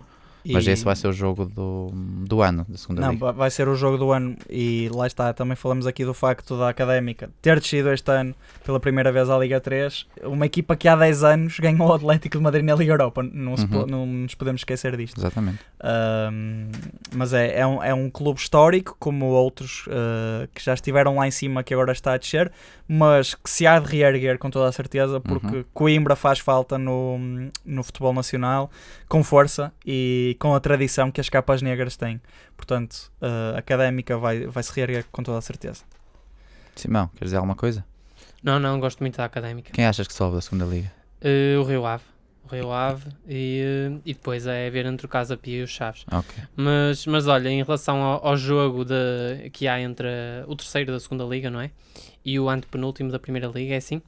A: mas
B: E-
A: esse vai ser um o jogo do, do ano, da segunda
B: Não,
A: liga.
B: va- vai ser o jogo do ano e lá está, também falamos aqui do facto da Académica ter descido este ano pela primeira vez à Liga 3, uma equipa que há 10 anos ganhou o Atlético de Madrid na Liga Europa, não, se
A: Uhum.
B: po- não nos podemos esquecer disto.
A: Exatamente.
B: Um, mas é, é, um, é um clube histórico, como outros uh, que já estiveram lá em cima, que agora está a descer, mas que se há de reerguer com toda a certeza, porque
A: Uhum.
B: Coimbra faz falta no, no futebol nacional, com força e com a tradição que as capas negras têm. Portanto, uh, a académica vai, vai se reerguer com toda a certeza.
A: Simão, queres dizer alguma coisa?
C: Não, não, gosto muito da académica.
A: Quem achas que sobe da segunda liga?
C: Eh, o Rio Ave. O Rio Ave e, eh, e depois é ver entre o Casa Pia e os Chaves.
A: Ok.
C: Mas, mas olha, em relação ao, ao jogo de, que há entre eh, o terceiro da segunda liga, não é? E o antepenúltimo da primeira liga, é assim?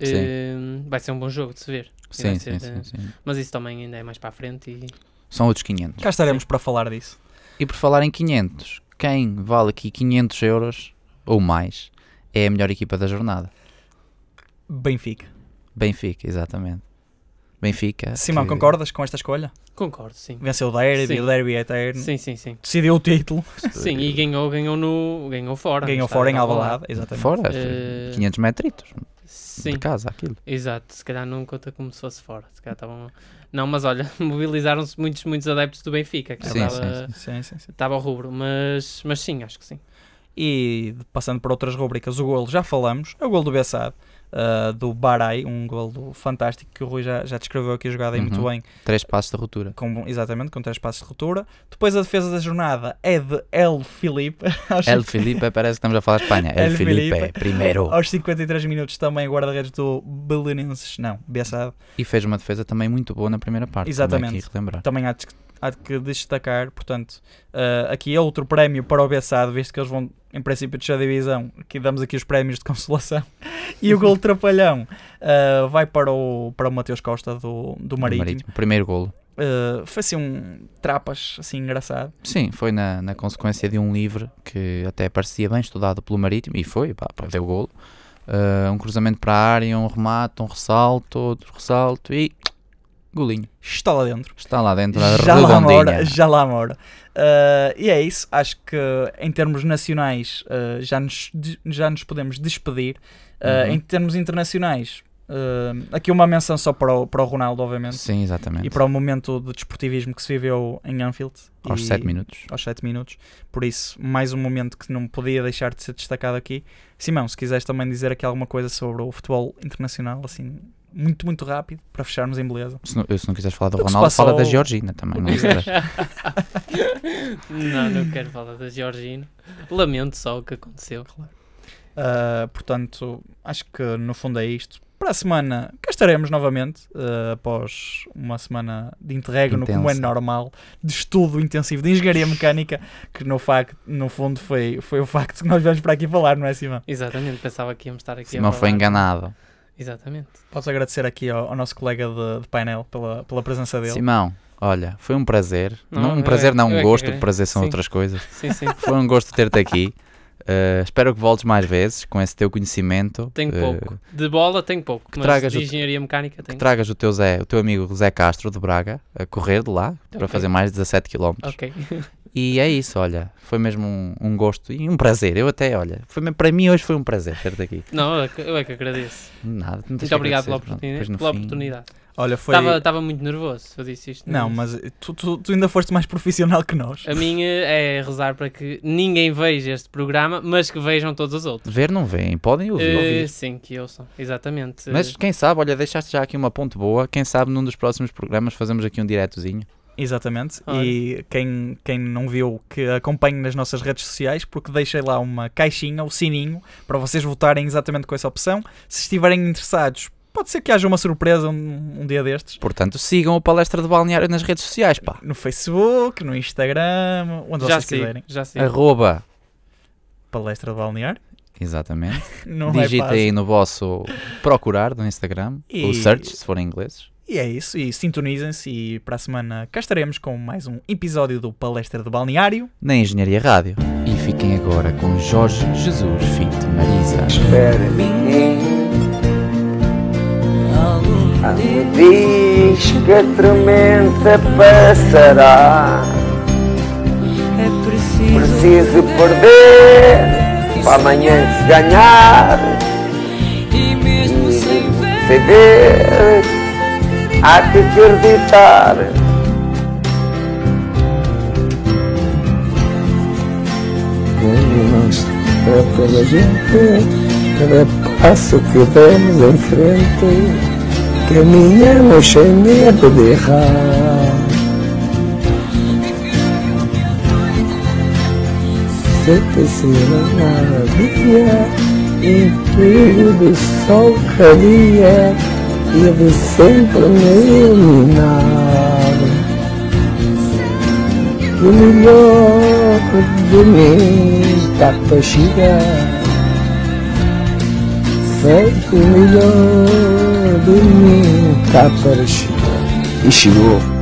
A: Sim.
C: Eh, vai ser um bom jogo de se ver. vai
A: Sim, sim,
C: ser
A: sim,
C: de-
A: sim.
C: Mas isso também ainda é mais para a frente e
A: São outros 500.
B: Cá estaremos para falar disso.
A: E por falar em 500, quem vale aqui 500 euros ou mais é a melhor equipa da jornada.
B: Benfica.
A: Benfica, exatamente. Benfica.
B: Simão,
A: É que-
B: concordas com esta escolha?
C: concordo, sim.
B: Venceu o Derby,
C: Sim.
B: o Derby é eterno.
C: Sim, sim, sim.
B: Decidiu o título,
C: Sim, e ganhou, ganhou no. Ganhou fora.
B: ganhou
C: Está
B: fora em
C: de Alvalade.
B: Alvalade, exatamente.
A: Fora,
C: Eh,
A: 500 metritos
C: Sim.
A: de casa, aquilo.
C: Exato, se calhar não conta como se fosse fora. Se calhar estavam. Não, mas olha, mobilizaram-se muitos, muitos adeptos do Benfica, que
A: Sim,
C: estava,
B: Sim, sim, sim.
C: estava ao rubro, mas, mas sim, acho que sim.
B: E passando para outras rubricas, o golo já falamos, é o golo do Bessade, ah, do Barai, um golo fantástico que o Rui já, já descreveu aqui a jogada e muito
A: Uhum.
B: bem,
A: Três passos de ruptura.
B: com, exatamente, com três passos de ruptura. Depois a defesa da jornada é de El Filipe, aos,
A: El Felipe, parece que estamos a falar de Espanha. El,
B: El
A: Felipe, é
B: Felipe.
A: primeiro.
B: aos 53 minutos também o guarda-redes do Belenenses, não, Bessade,
A: E fez uma defesa também muito boa na primeira parte. é também
B: Exatamente.
A: aqui relembrar.
B: também há de há de que destacar, portanto, eh, aqui é outro prémio para o Bessado, visto que eles vão, em princípio, descer a divisão, que damos aqui os prémios de consolação, e o gol trapalhão eh, vai para o, para o Mateus Costa do, do Marítimo.
A: Marítimo. Primeiro golo.
B: Eh, foi assim um trapas, assim, engraçado.
A: Sim, foi na, na consequência de um livre que até parecia bem estudado pelo Marítimo e foi, pá, pá, deu golo. Ah, um cruzamento para a área, um remate, um ressalto, outro ressalto e golinho.
B: Está lá dentro.
A: Está lá dentro, a
B: já lá mora,
A: redondinha.
B: já lá mora. Uh, e é isso, acho que em termos nacionais uh, já, nos, de- já nos podemos despedir. Uh,
A: Uhum.
B: Em termos internacionais, uh, aqui uma menção só para o, para o Ronaldo, obviamente,
A: Sim, exatamente.
B: e para o momento de desportivismo que se viveu em Anfield.
A: Aos
B: e-
A: 7 minutos.
B: Aos 7 minutos. Por isso, mais um momento que não podia deixar de ser destacado aqui. Simão, se quiseres também dizer aqui alguma coisa sobre o futebol internacional, assim, muito, muito rápido, para fecharmos em beleza.
A: Se não, se não quiseres falar do
B: Do que se
A: Ronaldo, fala da
B: passou-
A: Georgina também. Não é?
C: não, não quero falar da Georgina. Lamento só o que aconteceu.
B: Uh, portanto, acho que no fundo é isto. Para a semana cá estaremos novamente, uh, após uma semana de interregno, como é
A: Intensa.
B: normal, de estudo intensivo de engenharia mecânica, que no, facto, no fundo foi, foi o facto que nós viemos para aqui falar, não é, Simão?
C: Exatamente, pensava que íamos estar aqui.
A: Simão
C: a
A: foi
C: falar.
A: enganado.
C: Exatamente.
B: Posso agradecer aqui ao, ao nosso colega de, de painel pela, pela presença dele.
A: Simão, olha, foi um prazer.
C: Não,
A: Não, um
C: eu
A: prazer,
C: é-
A: não
C: eu é
A: um
C: que
A: gosto,
C: quero.
A: prazer são
C: Sim.
A: outras coisas.
C: Sim, sim.
A: Foi um gosto ter-te aqui. Uh, espero que voltes mais vezes com esse teu conhecimento.
C: Tenho
A: Uh,
C: pouco. De bola tenho pouco. mas
A: tragas
C: de
A: o-
C: engenharia mecânica tenho.
A: Tragas o teu Zé, o teu amigo Zé Castro de Braga a correr de lá para
C: Ok.
A: fazer mais 17 km.
C: Ok.
A: E é isso, olha, foi mesmo um, um gosto e um prazer. Eu até, olha, foi, mesmo- para mim hoje foi um prazer ter-te aqui.
C: Não, eu é que- eu é que agradeço.
A: Nada, não tens
C: Muito
A: que
C: obrigado pela
A: agradecer, pronto. Depois
C: oportunidade.
A: no
C: Pela
A: fim-
C: oportunidade.
B: Olha, foi.
C: Estava estava muito nervoso, eu disse isto. no
B: Não,
C: início.
B: mas tu, tu, tu ainda foste mais profissional que nós.
C: A minha é rezar para que ninguém veja este programa, mas que vejam todos os outros.
A: Ver não vem, podem ouvir.
C: Eh,
A: ouvir.
C: sim, que ouçam. Exatamente.
A: Mas quem sabe, olha, deixaste já aqui uma ponte boa. Quem sabe num dos próximos programas fazemos aqui um diretozinho.
B: Exatamente.
C: Olha.
B: E quem, quem não viu, que acompanhe nas nossas redes sociais, porque deixei lá uma caixinha, o sininho, para vocês votarem exatamente com essa opção. Se estiverem interessados, pode ser que haja uma surpresa um, um dia destes.
A: Portanto, sigam o Palestra de Balneário nas redes sociais, pá.
B: No Facebook, no Instagram, onde
C: já
B: vocês
C: sei,
B: quiserem.
C: já sei.
A: Arroba.
B: Palestra de balnear.
A: Exatamente.
B: Não é
A: Digitem
B: fácil.
A: aí no vosso procurar do Instagram, ou
B: E-
A: search, se forem ingleses.
B: E é isso. E sintonizem-se. E para a semana cá estaremos com mais um episódio do Palestra de Balneário.
A: Na Engenharia Rádio. E fiquem agora com Jorge Jesus Fito Marisa.
D: Me diz que a tormenta passará.
E: É preciso,
D: Preciso perder para amanhã se ganhar.
E: e mesmo sem ver,
D: Se ver, há que acreditar. É pela gente, cada passo que damos em frente, caminhamos sem medo de errar. Sempre será dia Intrigo do sol radia E de sempre me iluminar O melhor de mim está para chegar Sei que o melhor de mim está para chegar E chegou